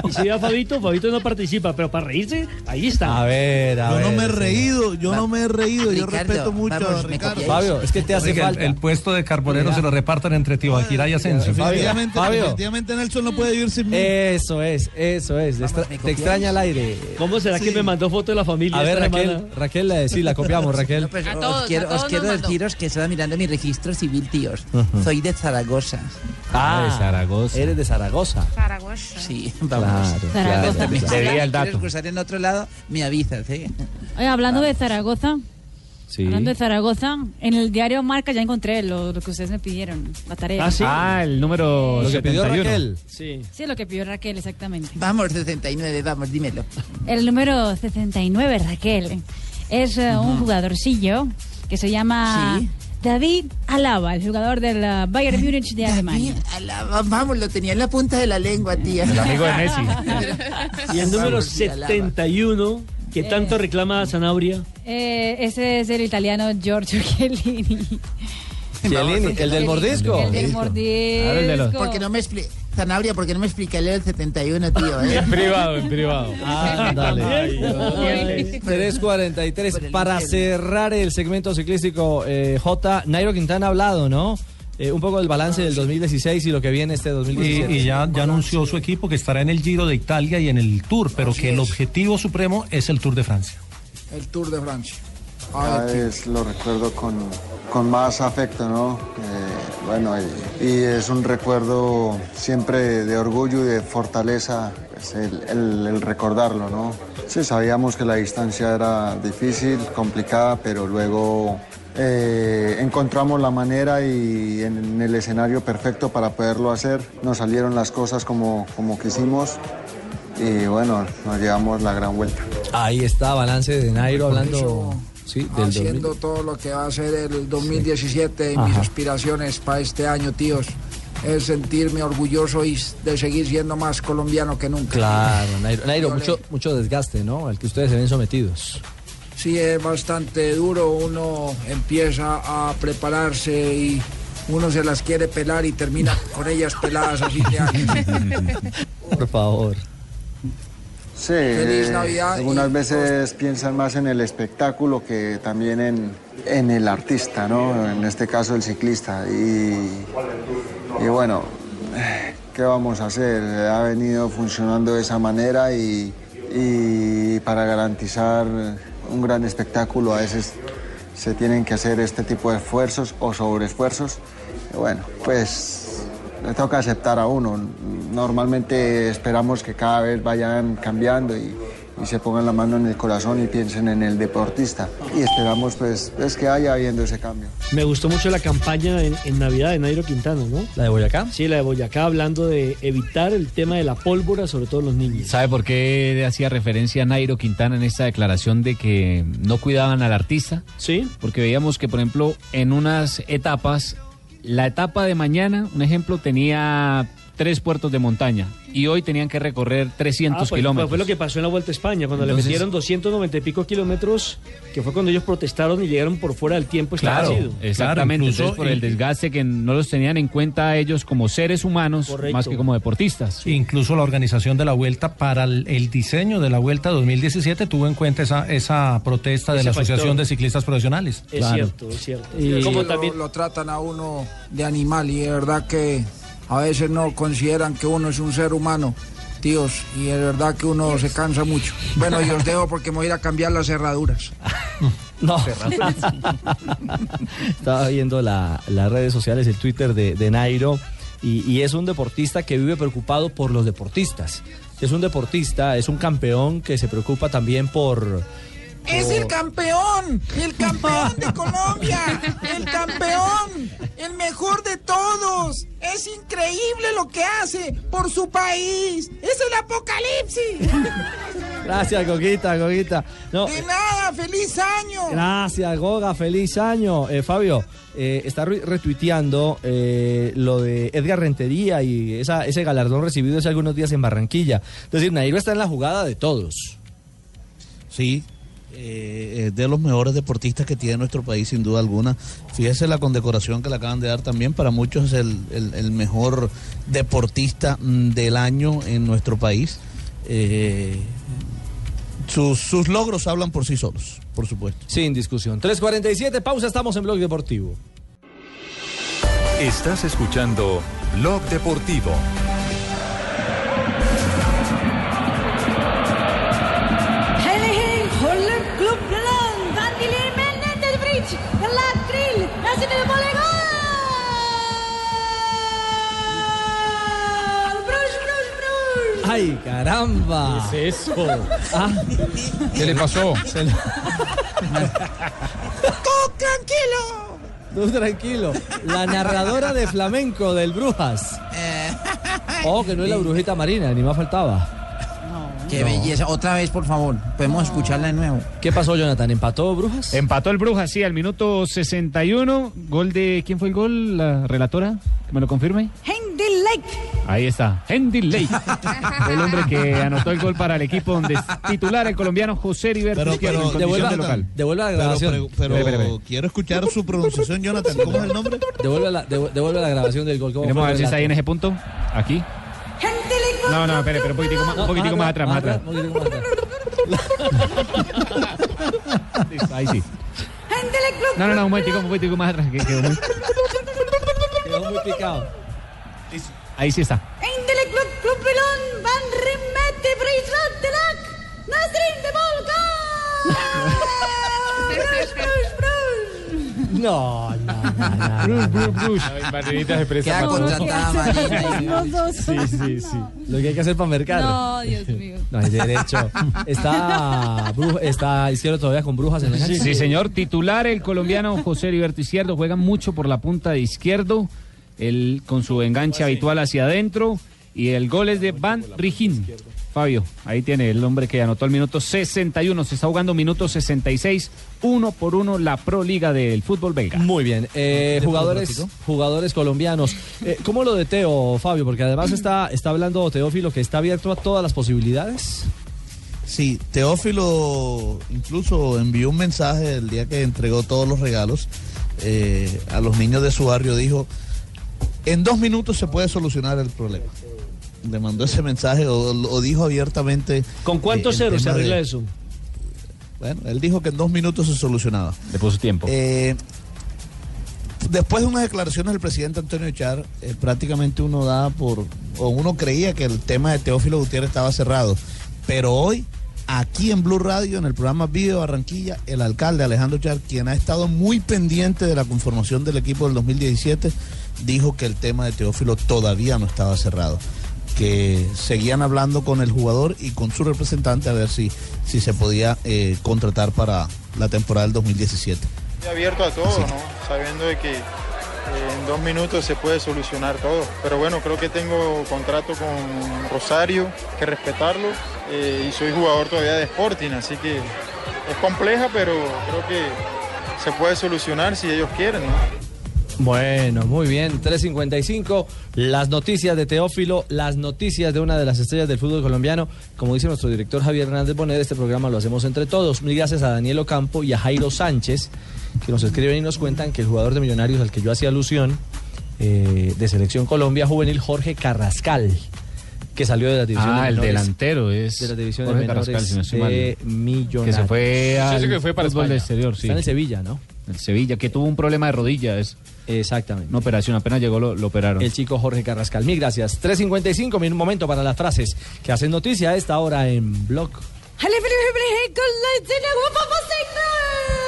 Speaker 11: Y si ve a Fabito, Fabito no participa, pero para reírse, ahí está.
Speaker 6: A ver, a
Speaker 11: Yo no
Speaker 6: ver,
Speaker 11: me he
Speaker 6: señor.
Speaker 11: reído, yo no
Speaker 13: me he reído, yo respeto mucho a Ricardo.
Speaker 6: Fabio, es que te hace
Speaker 9: Oiga, el-
Speaker 6: falta.
Speaker 9: El, puesto de carbonero se lo reparten entre Tibaquirá y Ascenso.
Speaker 6: Definitivamente- Fabio.
Speaker 13: Definitivamente Nelson no puede vivir sin mí.
Speaker 6: Eso es, eso es. Te extra- te extraña el aire.
Speaker 11: ¿Cómo será que me mandó foto de la familia?
Speaker 6: A ver,
Speaker 11: esta
Speaker 6: Raquel,
Speaker 11: semana?
Speaker 6: Raquel, la, sí, la copiamos, Raquel.
Speaker 15: os
Speaker 11: todos, a
Speaker 15: quiero,
Speaker 11: todos
Speaker 15: os quiero
Speaker 11: nos
Speaker 15: deciros que estaba mirando mi registro civil, tíos.
Speaker 6: Ujú.
Speaker 15: Soy de Zaragoza.
Speaker 6: Ah, de Zaragoza. Eres de Zaragoza.
Speaker 23: Zaragoza.
Speaker 15: Sí,
Speaker 6: Claro,
Speaker 15: vamos.
Speaker 6: claro,
Speaker 15: Me
Speaker 6: claro.
Speaker 15: hablan,
Speaker 6: Debía el
Speaker 15: ¿quieres
Speaker 6: dato.
Speaker 15: cruzar en otro lado? Me avisas, ¿eh?
Speaker 7: Oye, hablando de Zaragoza,
Speaker 6: Sí.
Speaker 7: hablando de Zaragoza, en el diario Marca ya encontré lo, lo que ustedes me pidieron, la tarea.
Speaker 16: Ah, sí. Ah, el número.
Speaker 6: Lo que pidió
Speaker 16: 71.
Speaker 6: Raquel.
Speaker 11: Sí.
Speaker 7: Sí, lo que pidió Raquel, exactamente.
Speaker 15: Vamos, 69, vamos, dímelo.
Speaker 7: El número 69, Raquel, es eh, un jugadorcillo que se llama David Alaba, el jugador del eh, Bayern Múnich de Alemania.
Speaker 15: Alaba, vamos, lo tenía en la punta de la lengua, tía.
Speaker 7: El amigo de
Speaker 11: Messi. Y el número
Speaker 15: Vamos, tía, alaba.
Speaker 11: 71, que tanto reclama a Zanabria.
Speaker 7: Eh, ese es el italiano Giorgio Chiellini.
Speaker 6: Chiellini, el del mordisco.
Speaker 7: El del mordisco.
Speaker 15: Porque no me explica. Zanabria, porque no me explica el 71, tío. ¿eh?
Speaker 14: En privado, en privado.
Speaker 6: Ah, dale.
Speaker 15: Ay,
Speaker 6: 3.43. Para cerrar el segmento ciclístico, eh, J. Nairo Quintana ha hablado, ¿no? Eh, un poco del balance del 2016 y lo que viene este
Speaker 9: Y,
Speaker 6: 2017.
Speaker 9: y ya, ya anunció su equipo que estará en el Giro de Italia y en el Tour, pero que el objetivo supremo es el Tour de Francia.
Speaker 10: El Tour de Francia.
Speaker 18: Cada vez lo recuerdo con, con más afecto, ¿no? Eh, bueno, y, y es un recuerdo siempre de orgullo y de fortaleza pues, el, el- el recordarlo, ¿no? Sí, sabíamos que la distancia era difícil, complicada, pero luego eh, encontramos la manera y en, en el escenario perfecto para poderlo hacer. Nos salieron las cosas como, como quisimos y bueno, nos llevamos la gran vuelta.
Speaker 6: Ahí está, balance de Nairo hablando
Speaker 10: Eso,
Speaker 6: sí,
Speaker 9: Ah,
Speaker 6: del 2000.
Speaker 10: haciendo todo lo que va a ser el 2017 y mis
Speaker 6: Ajá.
Speaker 10: aspiraciones para este año, tíos, es sentirme orgulloso y s- de seguir siendo más colombiano que nunca.
Speaker 6: Claro, Nairo, Nairo,
Speaker 10: Yo le-
Speaker 6: mucho, mucho desgaste, ¿no? Al que ustedes se ven sometidos.
Speaker 10: Sí, es bastante duro, uno empieza a prepararse y uno se las quiere pelar y termina con ellas peladas a fin de año.
Speaker 6: Por favor.
Speaker 18: Sí,
Speaker 10: Feliz
Speaker 18: eh,
Speaker 10: Navidad
Speaker 18: algunas veces piensan más en el espectáculo que también en, en el artista, ¿no? En este caso el ciclista. Y, y bueno, ¿qué vamos a hacer? Ha venido funcionando de esa manera y, y para garantizar un gran espectáculo a veces se tienen que hacer este tipo de esfuerzos o sobreesfuerzos. Y Bueno, pues le toca aceptar a uno. Normalmente esperamos que cada vez vayan cambiando y, y se pongan la mano en el corazón y piensen en el deportista. Y esperamos pues, pues que haya habiendo ese cambio.
Speaker 11: Me gustó mucho la campaña en, en Navidad de Nairo Quintana, ¿no?
Speaker 6: ¿La de Boyacá?
Speaker 11: Sí, la de Boyacá, hablando de evitar el tema de la pólvora, sobre todo en los niños.
Speaker 16: ¿Sabe por qué hacía referencia a Nairo Quintana en esta declaración de que no cuidaban al artista?
Speaker 11: Sí.
Speaker 16: Porque veíamos que, por ejemplo, en unas etapas, la etapa de mañana, un ejemplo, tenía tres puertos de montaña y hoy tenían que recorrer 300
Speaker 11: Ah, pues,
Speaker 16: kilómetros.
Speaker 11: pues fue lo que pasó en la Vuelta a España, cuando
Speaker 16: Entonces-
Speaker 11: le metieron 290 y pico kilómetros, que fue cuando ellos protestaron y llegaron por fuera del tiempo
Speaker 16: Claro,
Speaker 11: establecido.
Speaker 16: exactamente. Entonces, por el desgaste que no los tenían en cuenta a ellos como seres humanos, más que como deportistas.
Speaker 9: Incluso la organización de la Vuelta para el, el diseño de la Vuelta 2017 tuvo en cuenta esa, esa protesta de
Speaker 11: Ese
Speaker 9: la Asociación
Speaker 11: factor.
Speaker 9: de Ciclistas Profesionales.
Speaker 11: Es cierto, es cierto.
Speaker 10: Y
Speaker 11: Como
Speaker 10: lo,
Speaker 11: también-
Speaker 10: lo tratan a uno de animal y de verdad que a veces no consideran que uno es un ser humano, tíos, y de verdad que uno se cansa mucho. Bueno, y os dejo porque me voy a ir a cambiar las cerraduras.
Speaker 6: No. Estaba viendo la- las redes sociales, el Twitter de, de Nairo, y, y es un deportista que vive preocupado por los deportistas. Es un deportista, es un campeón que se preocupa también por...
Speaker 10: ¡Es
Speaker 6: Oh.
Speaker 10: el campeón! ¡El campeón de Colombia! ¡El campeón! ¡El mejor de todos! ¡Es increíble lo que hace por su país! ¡Es el apocalipsis!
Speaker 6: Gracias, Goguita, Goguita. No,
Speaker 10: ¡De nada! ¡Feliz año!
Speaker 6: Gracias, Goga. Feliz año. Eh, Fabio, eh, está re- retuiteando eh, lo de Edgar Rentería y esa, ese galardón recibido hace algunos días en Barranquilla. Es decir, Nairo está en la jugada de todos.
Speaker 13: Sí, eh, es de los mejores deportistas que tiene nuestro país, sin duda alguna. Fíjese la condecoración que le acaban de dar también. Para muchos es el, el- el mejor deportista mm, del año en nuestro país. Eh, sus, sus logros hablan por sí solos, por supuesto.
Speaker 6: Sin discusión. 3.47, pausa, estamos en Blog Deportivo.
Speaker 1: Estás escuchando Blog Deportivo.
Speaker 5: Hele hey, Holland Club Holland, Vandilin Menendez Bridge, Galak Drill, Nasir Bolegol. Brush, brush, brush.
Speaker 6: ¡Ay, caramba!
Speaker 14: ¿Qué es eso?
Speaker 16: ah.
Speaker 12: ¿Qué le pasó?
Speaker 6: ¡Tú tranquilo! ¡Tú tranquilo! La narradora de flamenco del Brujas.
Speaker 15: Eh,
Speaker 6: Oh, que no es la brujita marina, ni más faltaba.
Speaker 15: Qué
Speaker 6: No.
Speaker 15: belleza. Otra vez, por favor. Podemos escucharla de nuevo.
Speaker 6: ¿Qué pasó, Jonathan? ¿Empató Brujas?
Speaker 16: Empató el Brujas, sí, al minuto 61. Gol de. ¿Quién fue el gol? La relatora, que me lo confirme.
Speaker 5: Henry Lake.
Speaker 16: Ahí está, Hendy Lake. Fue el hombre que anotó el gol para el equipo donde es titular el colombiano José Heriberto Izquierdo, en condición de local.
Speaker 6: devuelva la
Speaker 13: Pero-
Speaker 6: grabación.
Speaker 13: Pero, pero
Speaker 16: Espere, espere,
Speaker 13: quiero escuchar su pronunciación, Jonathan. ¿Cómo es el nombre?
Speaker 6: Devuelve la, devu- devuelve la grabación del gol. ¿Cómo
Speaker 16: Veremos
Speaker 6: fue
Speaker 16: a
Speaker 6: el
Speaker 16: ver si está ahí en
Speaker 6: relato?
Speaker 16: ese punto. Aquí. No, no, espere, pero un poquitico más, un
Speaker 6: No,
Speaker 16: poquitico más atrás, más atrás.
Speaker 6: un poquitico más atrás.
Speaker 16: Listo, ahí sí.
Speaker 5: Henry Club.
Speaker 16: No, no, no, un momentico, un momentico más atrás. que quedó muy-
Speaker 6: Quedó muy picado.
Speaker 16: Ahí sí está.
Speaker 5: Henry Club Club Holland, Van Rimmete Bridge, Galak Nasir Bolegol. Brush, brush, brush.
Speaker 6: No, no,
Speaker 14: Bruce, Bruce, Bruce. Marinita se presta para todo. Sí, sí, sí.
Speaker 6: Lo que hay que hacer para mercar.
Speaker 5: No, Dios mío.
Speaker 6: No hay derecho. Está, Bru- Ah, está izquierdo todavía con brujas en la cancha.
Speaker 16: Sí, sí, señor. Titular el colombiano José Heriberto Izquierdo. Juega mucho por la punta de izquierdo. Él con su enganche habitual hacia adentro. Y el gol es de Van Rijín. Fabio, ahí tiene el hombre que anotó el minuto 61. Se está jugando minuto 66. Uno por uno la Pro Liga del fútbol belga.
Speaker 6: Muy bien. Eh, jugadores, jugadores colombianos. Eh, ¿Cómo lo de Teo, Fabio? Porque además está, está hablando Teófilo que está abierto a todas las posibilidades.
Speaker 13: Sí, Teófilo incluso envió un mensaje el día que entregó todos los regalos eh, a los niños de su barrio, dijo, en dos minutos se puede solucionar el problema. Le mandó ese mensaje o, o dijo abiertamente. eh,
Speaker 11: ¿Con cuántos ceros se arregla eso?
Speaker 13: Bueno, él dijo que en dos minutos se solucionaba.
Speaker 16: Le puso tiempo.
Speaker 13: Eh, después de unas declaraciones del presidente Antonio Char, eh, prácticamente uno da por, o uno creía que el tema de Teófilo Gutiérrez estaba cerrado. Pero hoy, aquí en Blue Radio, en el programa Video Barranquilla, el alcalde Alejandro Char, quien ha estado muy pendiente de la conformación del equipo del 2017, dijo que el tema de Teófilo todavía no estaba cerrado que seguían hablando con el jugador y con su representante a ver si, si se podía eh, contratar para la temporada del 2017.
Speaker 19: abierto a todo, ¿no? sabiendo de que eh, en dos minutos se puede solucionar todo. Pero bueno, creo que tengo contrato con Rosario, que respetarlo, eh, y soy jugador todavía de Sporting, así que es compleja, pero creo que se puede solucionar si ellos quieren. ¿no?
Speaker 6: Bueno, muy bien, 3.55, las noticias de Teófilo, las noticias de una de las estrellas del fútbol colombiano. Como dice nuestro director Javier Hernández Bonet, este programa lo hacemos entre todos. Mil gracias a Daniel Ocampo y a Jairo Sánchez, que nos escriben y nos cuentan que el jugador de Millonarios al que yo hacía alusión, eh, de Selección Colombia Juvenil, Jorge Carrascal, que salió de la división
Speaker 16: Ah,
Speaker 6: de
Speaker 16: el
Speaker 6: menores-
Speaker 16: delantero es
Speaker 6: de la división
Speaker 16: Jorge
Speaker 6: de menores
Speaker 16: Carrascal, si no estoy mal.
Speaker 6: de Millonarios.
Speaker 16: Que se fue al
Speaker 6: Yo sé
Speaker 16: fútbol
Speaker 6: España.
Speaker 16: exterior, sí.
Speaker 6: Está en el Sevilla, ¿no?
Speaker 16: El Sevilla, que tuvo un problema de rodillas.
Speaker 6: Exactamente.
Speaker 16: Una operación, apenas llegó lo, lo operaron.
Speaker 6: El chico Jorge Carrascal. Mil gracias. 3.55, mil un momento para las frases que hacen noticia a esta hora en Blog.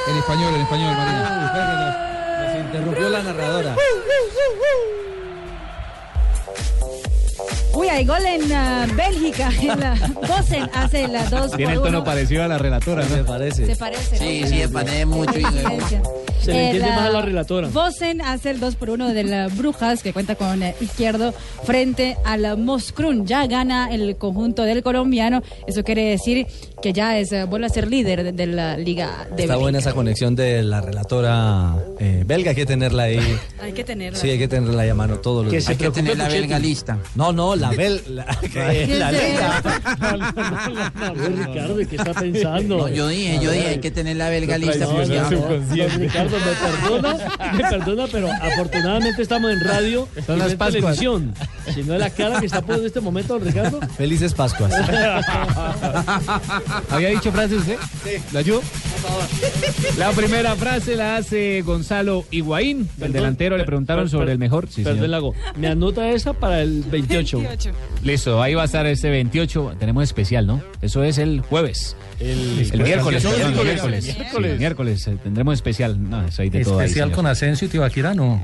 Speaker 12: En español, en español, Marina.
Speaker 6: Nos interrumpió la narradora.
Speaker 15: Ah.
Speaker 7: Uy, hay gol en ah, Bélgica. En la, Bosen hace las dos. por
Speaker 16: Tiene el tono
Speaker 7: uno.
Speaker 16: parecido a la relatora, ¿no? Se
Speaker 6: parece.
Speaker 7: Se parece.
Speaker 15: Sí,
Speaker 7: Eh,
Speaker 15: sí, me parece mucho. y-
Speaker 11: Se le entiende más a la
Speaker 7: relatora. Bosen hace el 2 por 1 de la Brujas, que cuenta con eh, izquierdo frente a la Moscrún. Ya gana el conjunto del colombiano. Eso quiere decir que ya es, eh, vuelve a ser líder de, de la Liga de
Speaker 6: Está
Speaker 7: Bélgica.
Speaker 6: buena esa conexión de la relatora eh, belga, hay que tenerla ahí.
Speaker 7: Hay que tenerla.
Speaker 6: Sí, hay que tenerla ahí a mano todos los
Speaker 15: Que
Speaker 6: días.
Speaker 15: se Hay que preocupe tener la Puchetti. belga lista.
Speaker 6: No, no, la bel... La,
Speaker 15: ¿Qué
Speaker 6: la
Speaker 15: es
Speaker 6: belga.
Speaker 11: Ricardo, ¿qué está pensando?
Speaker 15: No, yo dije, yo dije, hay que tener la belga lista. porque ya-
Speaker 11: Don Ricardo, me perdona, me perdona, pero afortunadamente estamos en radio y
Speaker 6: Son
Speaker 11: no
Speaker 6: las
Speaker 11: en
Speaker 6: Pascuas.
Speaker 11: televisión. Si no es la cara que está poniendo en este momento, don Ricardo.
Speaker 6: Felices Pascuas.
Speaker 16: ¿Había dicho frase usted? Sí. ¿La ayudo? La primera frase la hace Gonzalo Higuaín, el delantero. Le preguntaron
Speaker 11: per-
Speaker 16: sobre
Speaker 11: per-
Speaker 16: el mejor. Sí,
Speaker 11: perdón,
Speaker 16: señor.
Speaker 11: Lago. Me anota esa para el 28.
Speaker 16: Listo, ahí va a estar este 28. Tenemos especial, ¿no? Eso es el jueves. El,
Speaker 9: jueves,
Speaker 16: miércoles,
Speaker 9: el
Speaker 16: perdón,
Speaker 9: miércoles.
Speaker 16: miércoles. pues, Sí,
Speaker 9: Miércoles.
Speaker 16: el miércoles, eh, tendremos especial. No, eso hay de todo. ahí,
Speaker 9: Especial
Speaker 16: señor.
Speaker 9: con Asensio y Tibaquirá, no.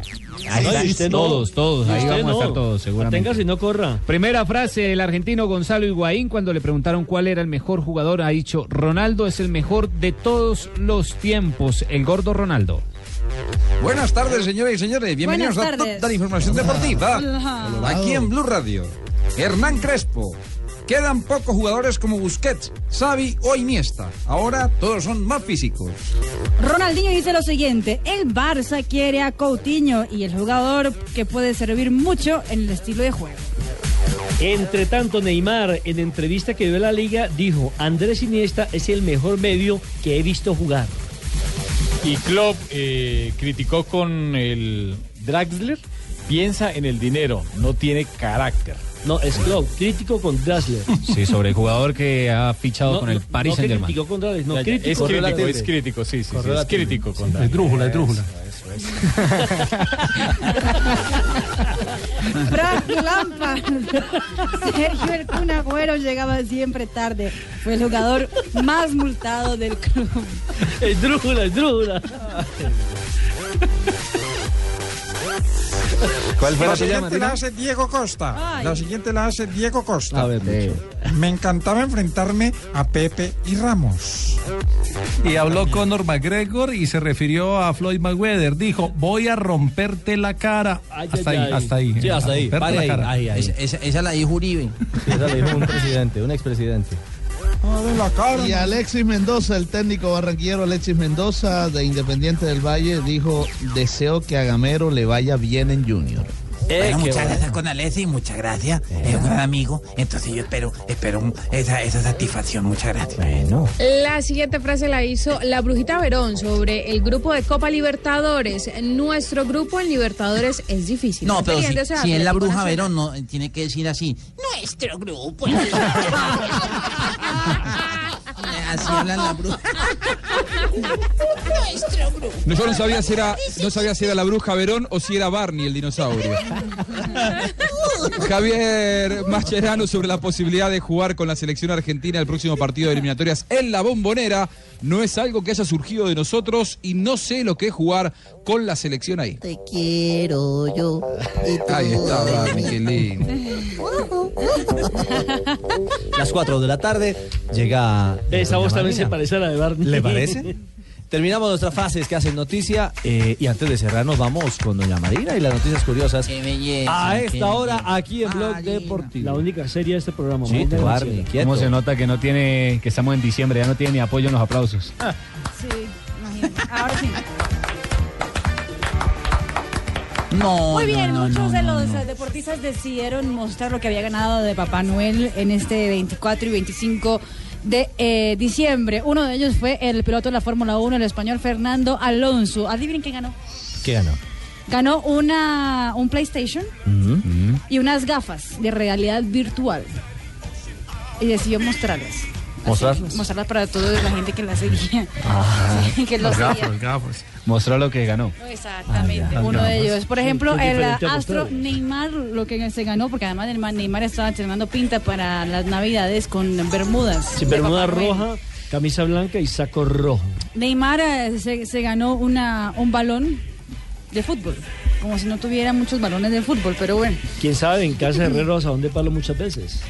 Speaker 16: Ahí están todos, todos. Ahí vamos a estar todos, seguramente.
Speaker 11: si no corra.
Speaker 16: Primera frase del argentino Gonzalo Higuaín cuando le preguntaron cuál era el mejor jugador, ha dicho, Ronaldo es el mejor de todos los tiempos, el gordo Ronaldo.
Speaker 20: Buenas tardes, señoras y señores. Bienvenidos
Speaker 7: Buenas
Speaker 20: a
Speaker 7: tardes.
Speaker 20: Total Información Deportiva.
Speaker 7: Hola.
Speaker 20: Aquí en Blue Radio. Hernán Crespo. Quedan pocos jugadores como Busquets, Xavi o Iniesta. Ahora todos son más físicos.
Speaker 7: Ronaldinho dice lo siguiente, el Barça quiere a Coutinho y el jugador que puede servir mucho en el estilo de juego.
Speaker 11: Entre tanto, Neymar, en entrevista que dio la liga, dijo: Andrés Iniesta es el mejor medio que he visto jugar.
Speaker 14: Y Klopp eh, criticó con el Draxler, piensa en el dinero, no tiene carácter.
Speaker 11: No, es Klopp, crítico con Draxler.
Speaker 16: Sí, sobre el jugador que ha fichado
Speaker 11: No,
Speaker 16: con el
Speaker 11: no,
Speaker 16: Paris
Speaker 11: no
Speaker 16: Saint-Germain.
Speaker 11: criticó contra Draxler, no,
Speaker 14: Ya, ya,
Speaker 11: crítico.
Speaker 14: es
Speaker 11: Corrió la
Speaker 14: crítico,
Speaker 11: tele.
Speaker 14: es crítico, sí, sí, sí,
Speaker 11: Corrió la
Speaker 14: es
Speaker 11: tele.
Speaker 14: crítico
Speaker 11: Sí,
Speaker 14: con
Speaker 11: es drújula, es drújula.
Speaker 7: Frank Lampa. Sergio El Kun Agüero llegaba siempre tarde. Fue el jugador más multado del club.
Speaker 11: Es drújula, es drújula.
Speaker 20: ¿Cuál fue la la tuya, siguiente Marina? la hace Diego Costa. Ay. La siguiente la hace Diego Costa. A ver, Me encantaba enfrentarme a Pepe y Ramos.
Speaker 9: Y habló Conor McGregor y se refirió a Floyd Mayweather. Dijo, voy a romperte la cara. hasta ahí, hasta ahí. A romperte la cara.
Speaker 15: Es- Esa, esa la dijo Uribe.
Speaker 6: Esa le dijo un presidente, un expresidente.
Speaker 13: Y Alexis Mendoza, el técnico barranquillero Alexis Mendoza de Independiente del Valle, dijo, deseo que a Gamero le vaya bien en Junior.
Speaker 15: bueno,
Speaker 4: qué
Speaker 15: muchas
Speaker 4: bueno.
Speaker 15: gracias con Alessi, muchas gracias. Es un gran amigo. Entonces yo espero, espero un- esa, esa satisfacción. Muchas gracias. Bueno.
Speaker 23: La siguiente frase la hizo la Brujita Verón sobre el grupo de Copa Libertadores. Nuestro grupo en Libertadores es difícil.
Speaker 15: No, pero si,
Speaker 23: Refiriéndose a
Speaker 15: si es la
Speaker 23: Atlético
Speaker 15: bruja
Speaker 23: Nacional.
Speaker 15: Verón, no, eh, tiene que decir así. Nuestro grupo. Eh, así hablan la bruja.
Speaker 2: Nuestro grupo.
Speaker 12: No, yo no sabía si era, no sabía si era la bruja Verón o si era Barney el dinosaurio. Javier Mascherano sobre la posibilidad de jugar con la selección argentina el próximo partido de eliminatorias en la bombonera. No es algo que haya surgido de nosotros y no sé lo que es jugar con la selección ahí.
Speaker 21: Te quiero yo.
Speaker 12: Ahí está, Barney, qué lindo.
Speaker 8: Uh,
Speaker 6: Las 4 de la tarde llega.
Speaker 11: Esa voz también se
Speaker 6: parece a la de Barney. ¿Le parece? Terminamos nuestras fases que hacen noticia eh, y antes de cerrar nos vamos con Doña Marina y las noticias curiosas. a esta hora aquí en Blog Deportivo.
Speaker 11: La única serie de este programa.
Speaker 16: Sí,
Speaker 11: Marina
Speaker 16: Barney,
Speaker 11: Graciela.
Speaker 16: ¿Cómo se nota que no tiene, que estamos en diciembre, ya no tiene ni apoyo en los aplausos?
Speaker 7: Sí, imagínate. Ahora sí.
Speaker 15: No.
Speaker 7: Muy
Speaker 15: no,
Speaker 7: bien,
Speaker 15: no,
Speaker 7: muchos
Speaker 15: no,
Speaker 7: de
Speaker 15: no,
Speaker 7: los
Speaker 15: no.
Speaker 7: eh, deportistas decidieron mostrar lo que había ganado de Papá Noel en este 24 y 25 de eh, diciembre. Uno de ellos fue el piloto de la Fórmula 1, el español Fernando Alonso. Adivinen quién ganó.
Speaker 6: ¿Qué ganó?
Speaker 7: Ganó una, un PlayStation
Speaker 12: Mm.
Speaker 7: y unas gafas de realidad virtual. Y decidió mostrarlas.
Speaker 11: ¿Ah,
Speaker 16: ¿Mostrarlas?
Speaker 7: Mostrarlas para toda la gente que la seguía.
Speaker 15: Ah,
Speaker 7: Sí, que lo
Speaker 16: Los
Speaker 7: seguía.
Speaker 16: gafos, gafos. Mostró lo que ganó.
Speaker 7: Exactamente,
Speaker 16: Ah, ya.
Speaker 7: uno
Speaker 16: Ah,
Speaker 7: de
Speaker 16: pues,
Speaker 7: ellos. Por ejemplo,
Speaker 16: sí, qué
Speaker 7: el
Speaker 16: diferente a
Speaker 7: astro
Speaker 16: posteriori.
Speaker 7: Neymar, lo que se ganó, porque además del man- Neymar estaba estrenando pinta para las navidades con bermudas.
Speaker 11: Sí,
Speaker 7: de
Speaker 11: bermuda
Speaker 7: Papá Noel.
Speaker 11: roja, camisa blanca y saco rojo.
Speaker 7: Neymar eh, se, se ganó una, un balón de fútbol, como si no tuviera muchos balones de fútbol, pero bueno.
Speaker 11: Quién sabe, en casa de Herrero a dónde palo muchas veces.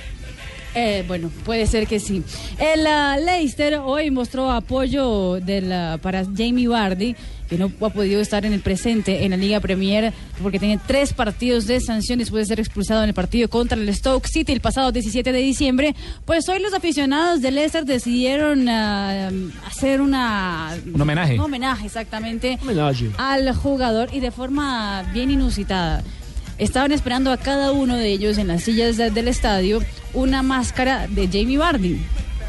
Speaker 7: Eh, bueno, puede ser que sí. El ah, Leicester hoy mostró apoyo del, ah, para Jamie Vardy, que no ha podido estar en el presente en la Liga Premier porque tiene tres partidos de sanción después de ser expulsado en el partido contra el Stoke City el pasado 17 de diciembre. Pues hoy los aficionados del Leicester decidieron ah, hacer una,
Speaker 16: Un homenaje.
Speaker 7: Un homenaje, exactamente
Speaker 16: Homenaje.
Speaker 7: al jugador y de forma bien inusitada. Estaban esperando a cada uno de ellos en las sillas de- del estadio una máscara de Jamie Vardy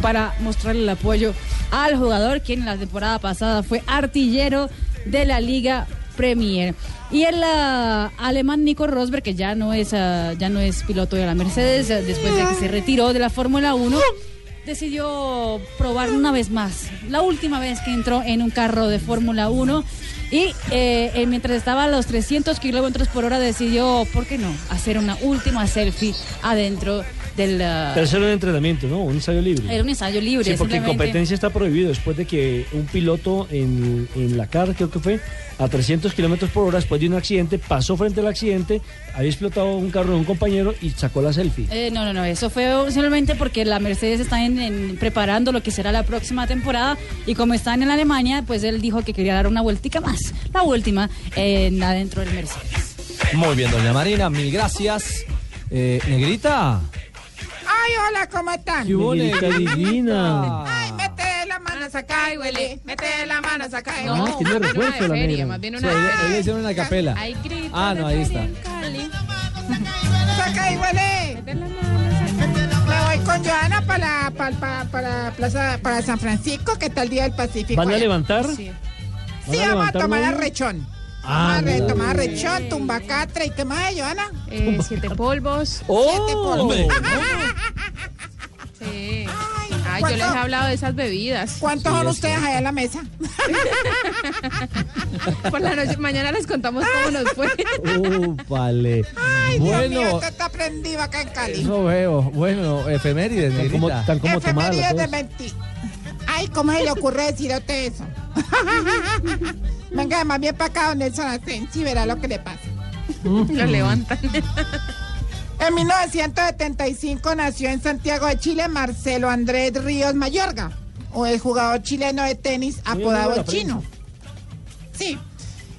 Speaker 7: para mostrarle el apoyo al jugador, quien en la temporada pasada fue artillero de la Liga Premier. Y el ah, alemán Nico Rosberg, que ya no es, ah, ya no es piloto de la Mercedes, ah, después de que se retiró de la Fórmula 1, decidió probar una vez más, la última vez que entró en un carro de Fórmula 1 y eh, eh, mientras estaba a los 300 kilómetros por hora decidió, ¿por qué no?, hacer una última selfie adentro del... ah,
Speaker 11: Pero eso era un entrenamiento, ¿no? Un ensayo libre.
Speaker 7: era un ensayo libre,
Speaker 11: Sí, porque en
Speaker 7: simplemente.
Speaker 11: competencia está prohibido después de que un piloto en, en la CAR, creo que fue, a 300 kilómetros por hora, después de un accidente, pasó frente al accidente, había explotado un carro de un compañero y sacó la selfie.
Speaker 7: Eh, no, no, no, eso fue simplemente porque la Mercedes está en, en- preparando lo que será la próxima temporada y como están en Alemania, pues él dijo que quería dar una vueltica más, la última, en adentro del Mercedes.
Speaker 6: Muy bien, Doña Marina, mil gracias. Eh, Negrita.
Speaker 21: Ay, hola, ¿cómo están?
Speaker 6: ¿Qué hubo, Negrita divina?
Speaker 21: Ay, mete las manos acá y huele. Mete las manos acá y
Speaker 6: No,
Speaker 21: huele.
Speaker 6: tiene refuerzo
Speaker 21: Más bien
Speaker 6: la
Speaker 21: una de feria,
Speaker 6: negra.
Speaker 21: más bien
Speaker 6: Sí,
Speaker 21: una
Speaker 6: ahí-
Speaker 21: de
Speaker 6: ahí le hicieron una capela.
Speaker 21: Hay gritos
Speaker 6: Ah, no,
Speaker 21: de
Speaker 6: ahí está.
Speaker 21: Cali. Saca y huele. Me voy con Joana para, para, para, para, Plaza, para San Francisco, que está el Día del Pacífico.
Speaker 11: ¿Van a
Speaker 21: allá.
Speaker 11: levantar?
Speaker 21: Sí,
Speaker 11: ¿Van a
Speaker 21: vamos a
Speaker 11: levantar
Speaker 21: tomar
Speaker 11: nueve?
Speaker 21: arrechón.
Speaker 11: Ah,
Speaker 21: vamos a re-
Speaker 11: mira.
Speaker 21: tomar arrechón, tumbacatra y qué más, Joana.
Speaker 23: siete polvos.
Speaker 21: Siete Eh, polvos.
Speaker 23: hombre.
Speaker 21: Sí.
Speaker 23: Ay, yo
Speaker 21: ¿Cuánto?
Speaker 23: les he hablado de esas bebidas.
Speaker 21: ¿Cuántos
Speaker 23: Sí,
Speaker 21: son
Speaker 23: es
Speaker 21: ustedes
Speaker 23: cierto.
Speaker 21: allá en la mesa?
Speaker 23: Por la noche, mañana les contamos cómo nos fue.
Speaker 6: Upale.
Speaker 21: Ay, Dios mío,
Speaker 6: bueno,
Speaker 21: esto está prendido acá en Cali.
Speaker 6: eso veo. Bueno, efemérides,
Speaker 21: Tan
Speaker 6: Negrita.
Speaker 21: como-
Speaker 6: tan
Speaker 21: Efemérides
Speaker 6: pues?
Speaker 21: de 20. Ay, ¿cómo se le ocurre decir a usted eso? Venga, más bien para acá donde Nelson Asensio y verá lo que le pasa.
Speaker 23: Lo levantan.
Speaker 21: En 1975 nació en Santiago de Chile Marcelo Andrés Ríos Mayorga, o el jugador chileno de tenis apodado
Speaker 23: amigo de
Speaker 21: el
Speaker 23: la
Speaker 21: Chino. Sí.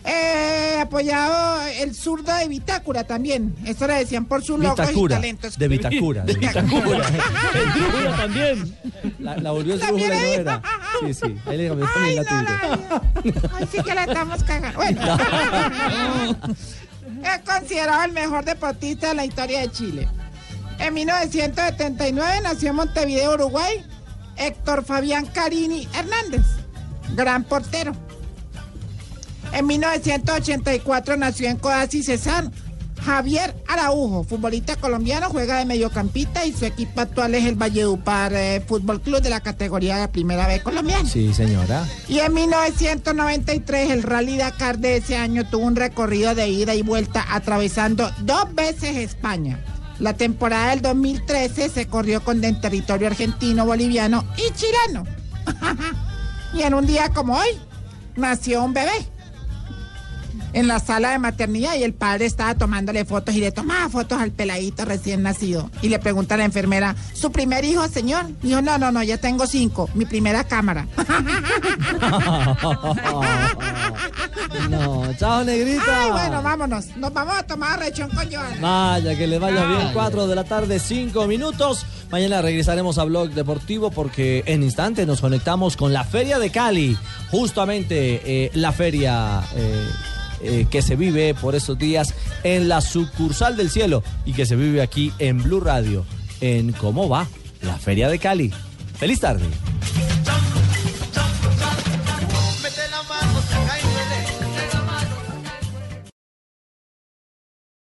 Speaker 21: Eh, apoyado el zurdo de Vitacura también. Eso le decían por sus locos y
Speaker 6: Vitacura,
Speaker 21: talentos.
Speaker 6: de Vitacura. De Vitacura.
Speaker 11: también.
Speaker 6: La, la volvió su
Speaker 21: También
Speaker 6: no
Speaker 21: ahí.
Speaker 6: era. Sí, sí. Ahí le cambió también la tuya.
Speaker 21: Ay, sí que la estamos cagando. Bueno. es considerado el mejor deportista de la historia de Chile. En 1979 nació en Montevideo, Uruguay, Héctor Fabián Carini Hernández, gran portero. En 1984 nació en Codazzi Cesar Javier Araujo, futbolista colombiano, juega de mediocampista y su equipo actual es el Valledupar eh, Fútbol Club de la categoría de Primera B colombiana.
Speaker 6: Sí, señora.
Speaker 21: Y en 1993 el Rally Dakar de ese año tuvo un recorrido de ida y vuelta atravesando dos veces España. La temporada del 2013 se corrió con el territorio argentino, boliviano y chileno. y en un día como hoy nació un bebé en la sala de maternidad y el padre estaba tomándole fotos y le tomaba fotos al peladito recién nacido. Y le pregunta a la enfermera, ¿su primer hijo, señor? Dijo, no, no, no, ya tengo cinco, mi primera cámara.
Speaker 6: no, chao, negrita.
Speaker 21: Ay, bueno, vámonos. Nos vamos a tomar rechón con Joana.
Speaker 6: Vaya, que les vaya bien. 4 de la tarde, 5 minutos. Mañana regresaremos a Blog Deportivo porque en instante nos conectamos con la Feria de Cali. Justamente eh, la feria eh, eh, que se vive por estos días en la sucursal del cielo y que se vive aquí en Blue Radio. En cómo va la Feria de Cali. Feliz tarde.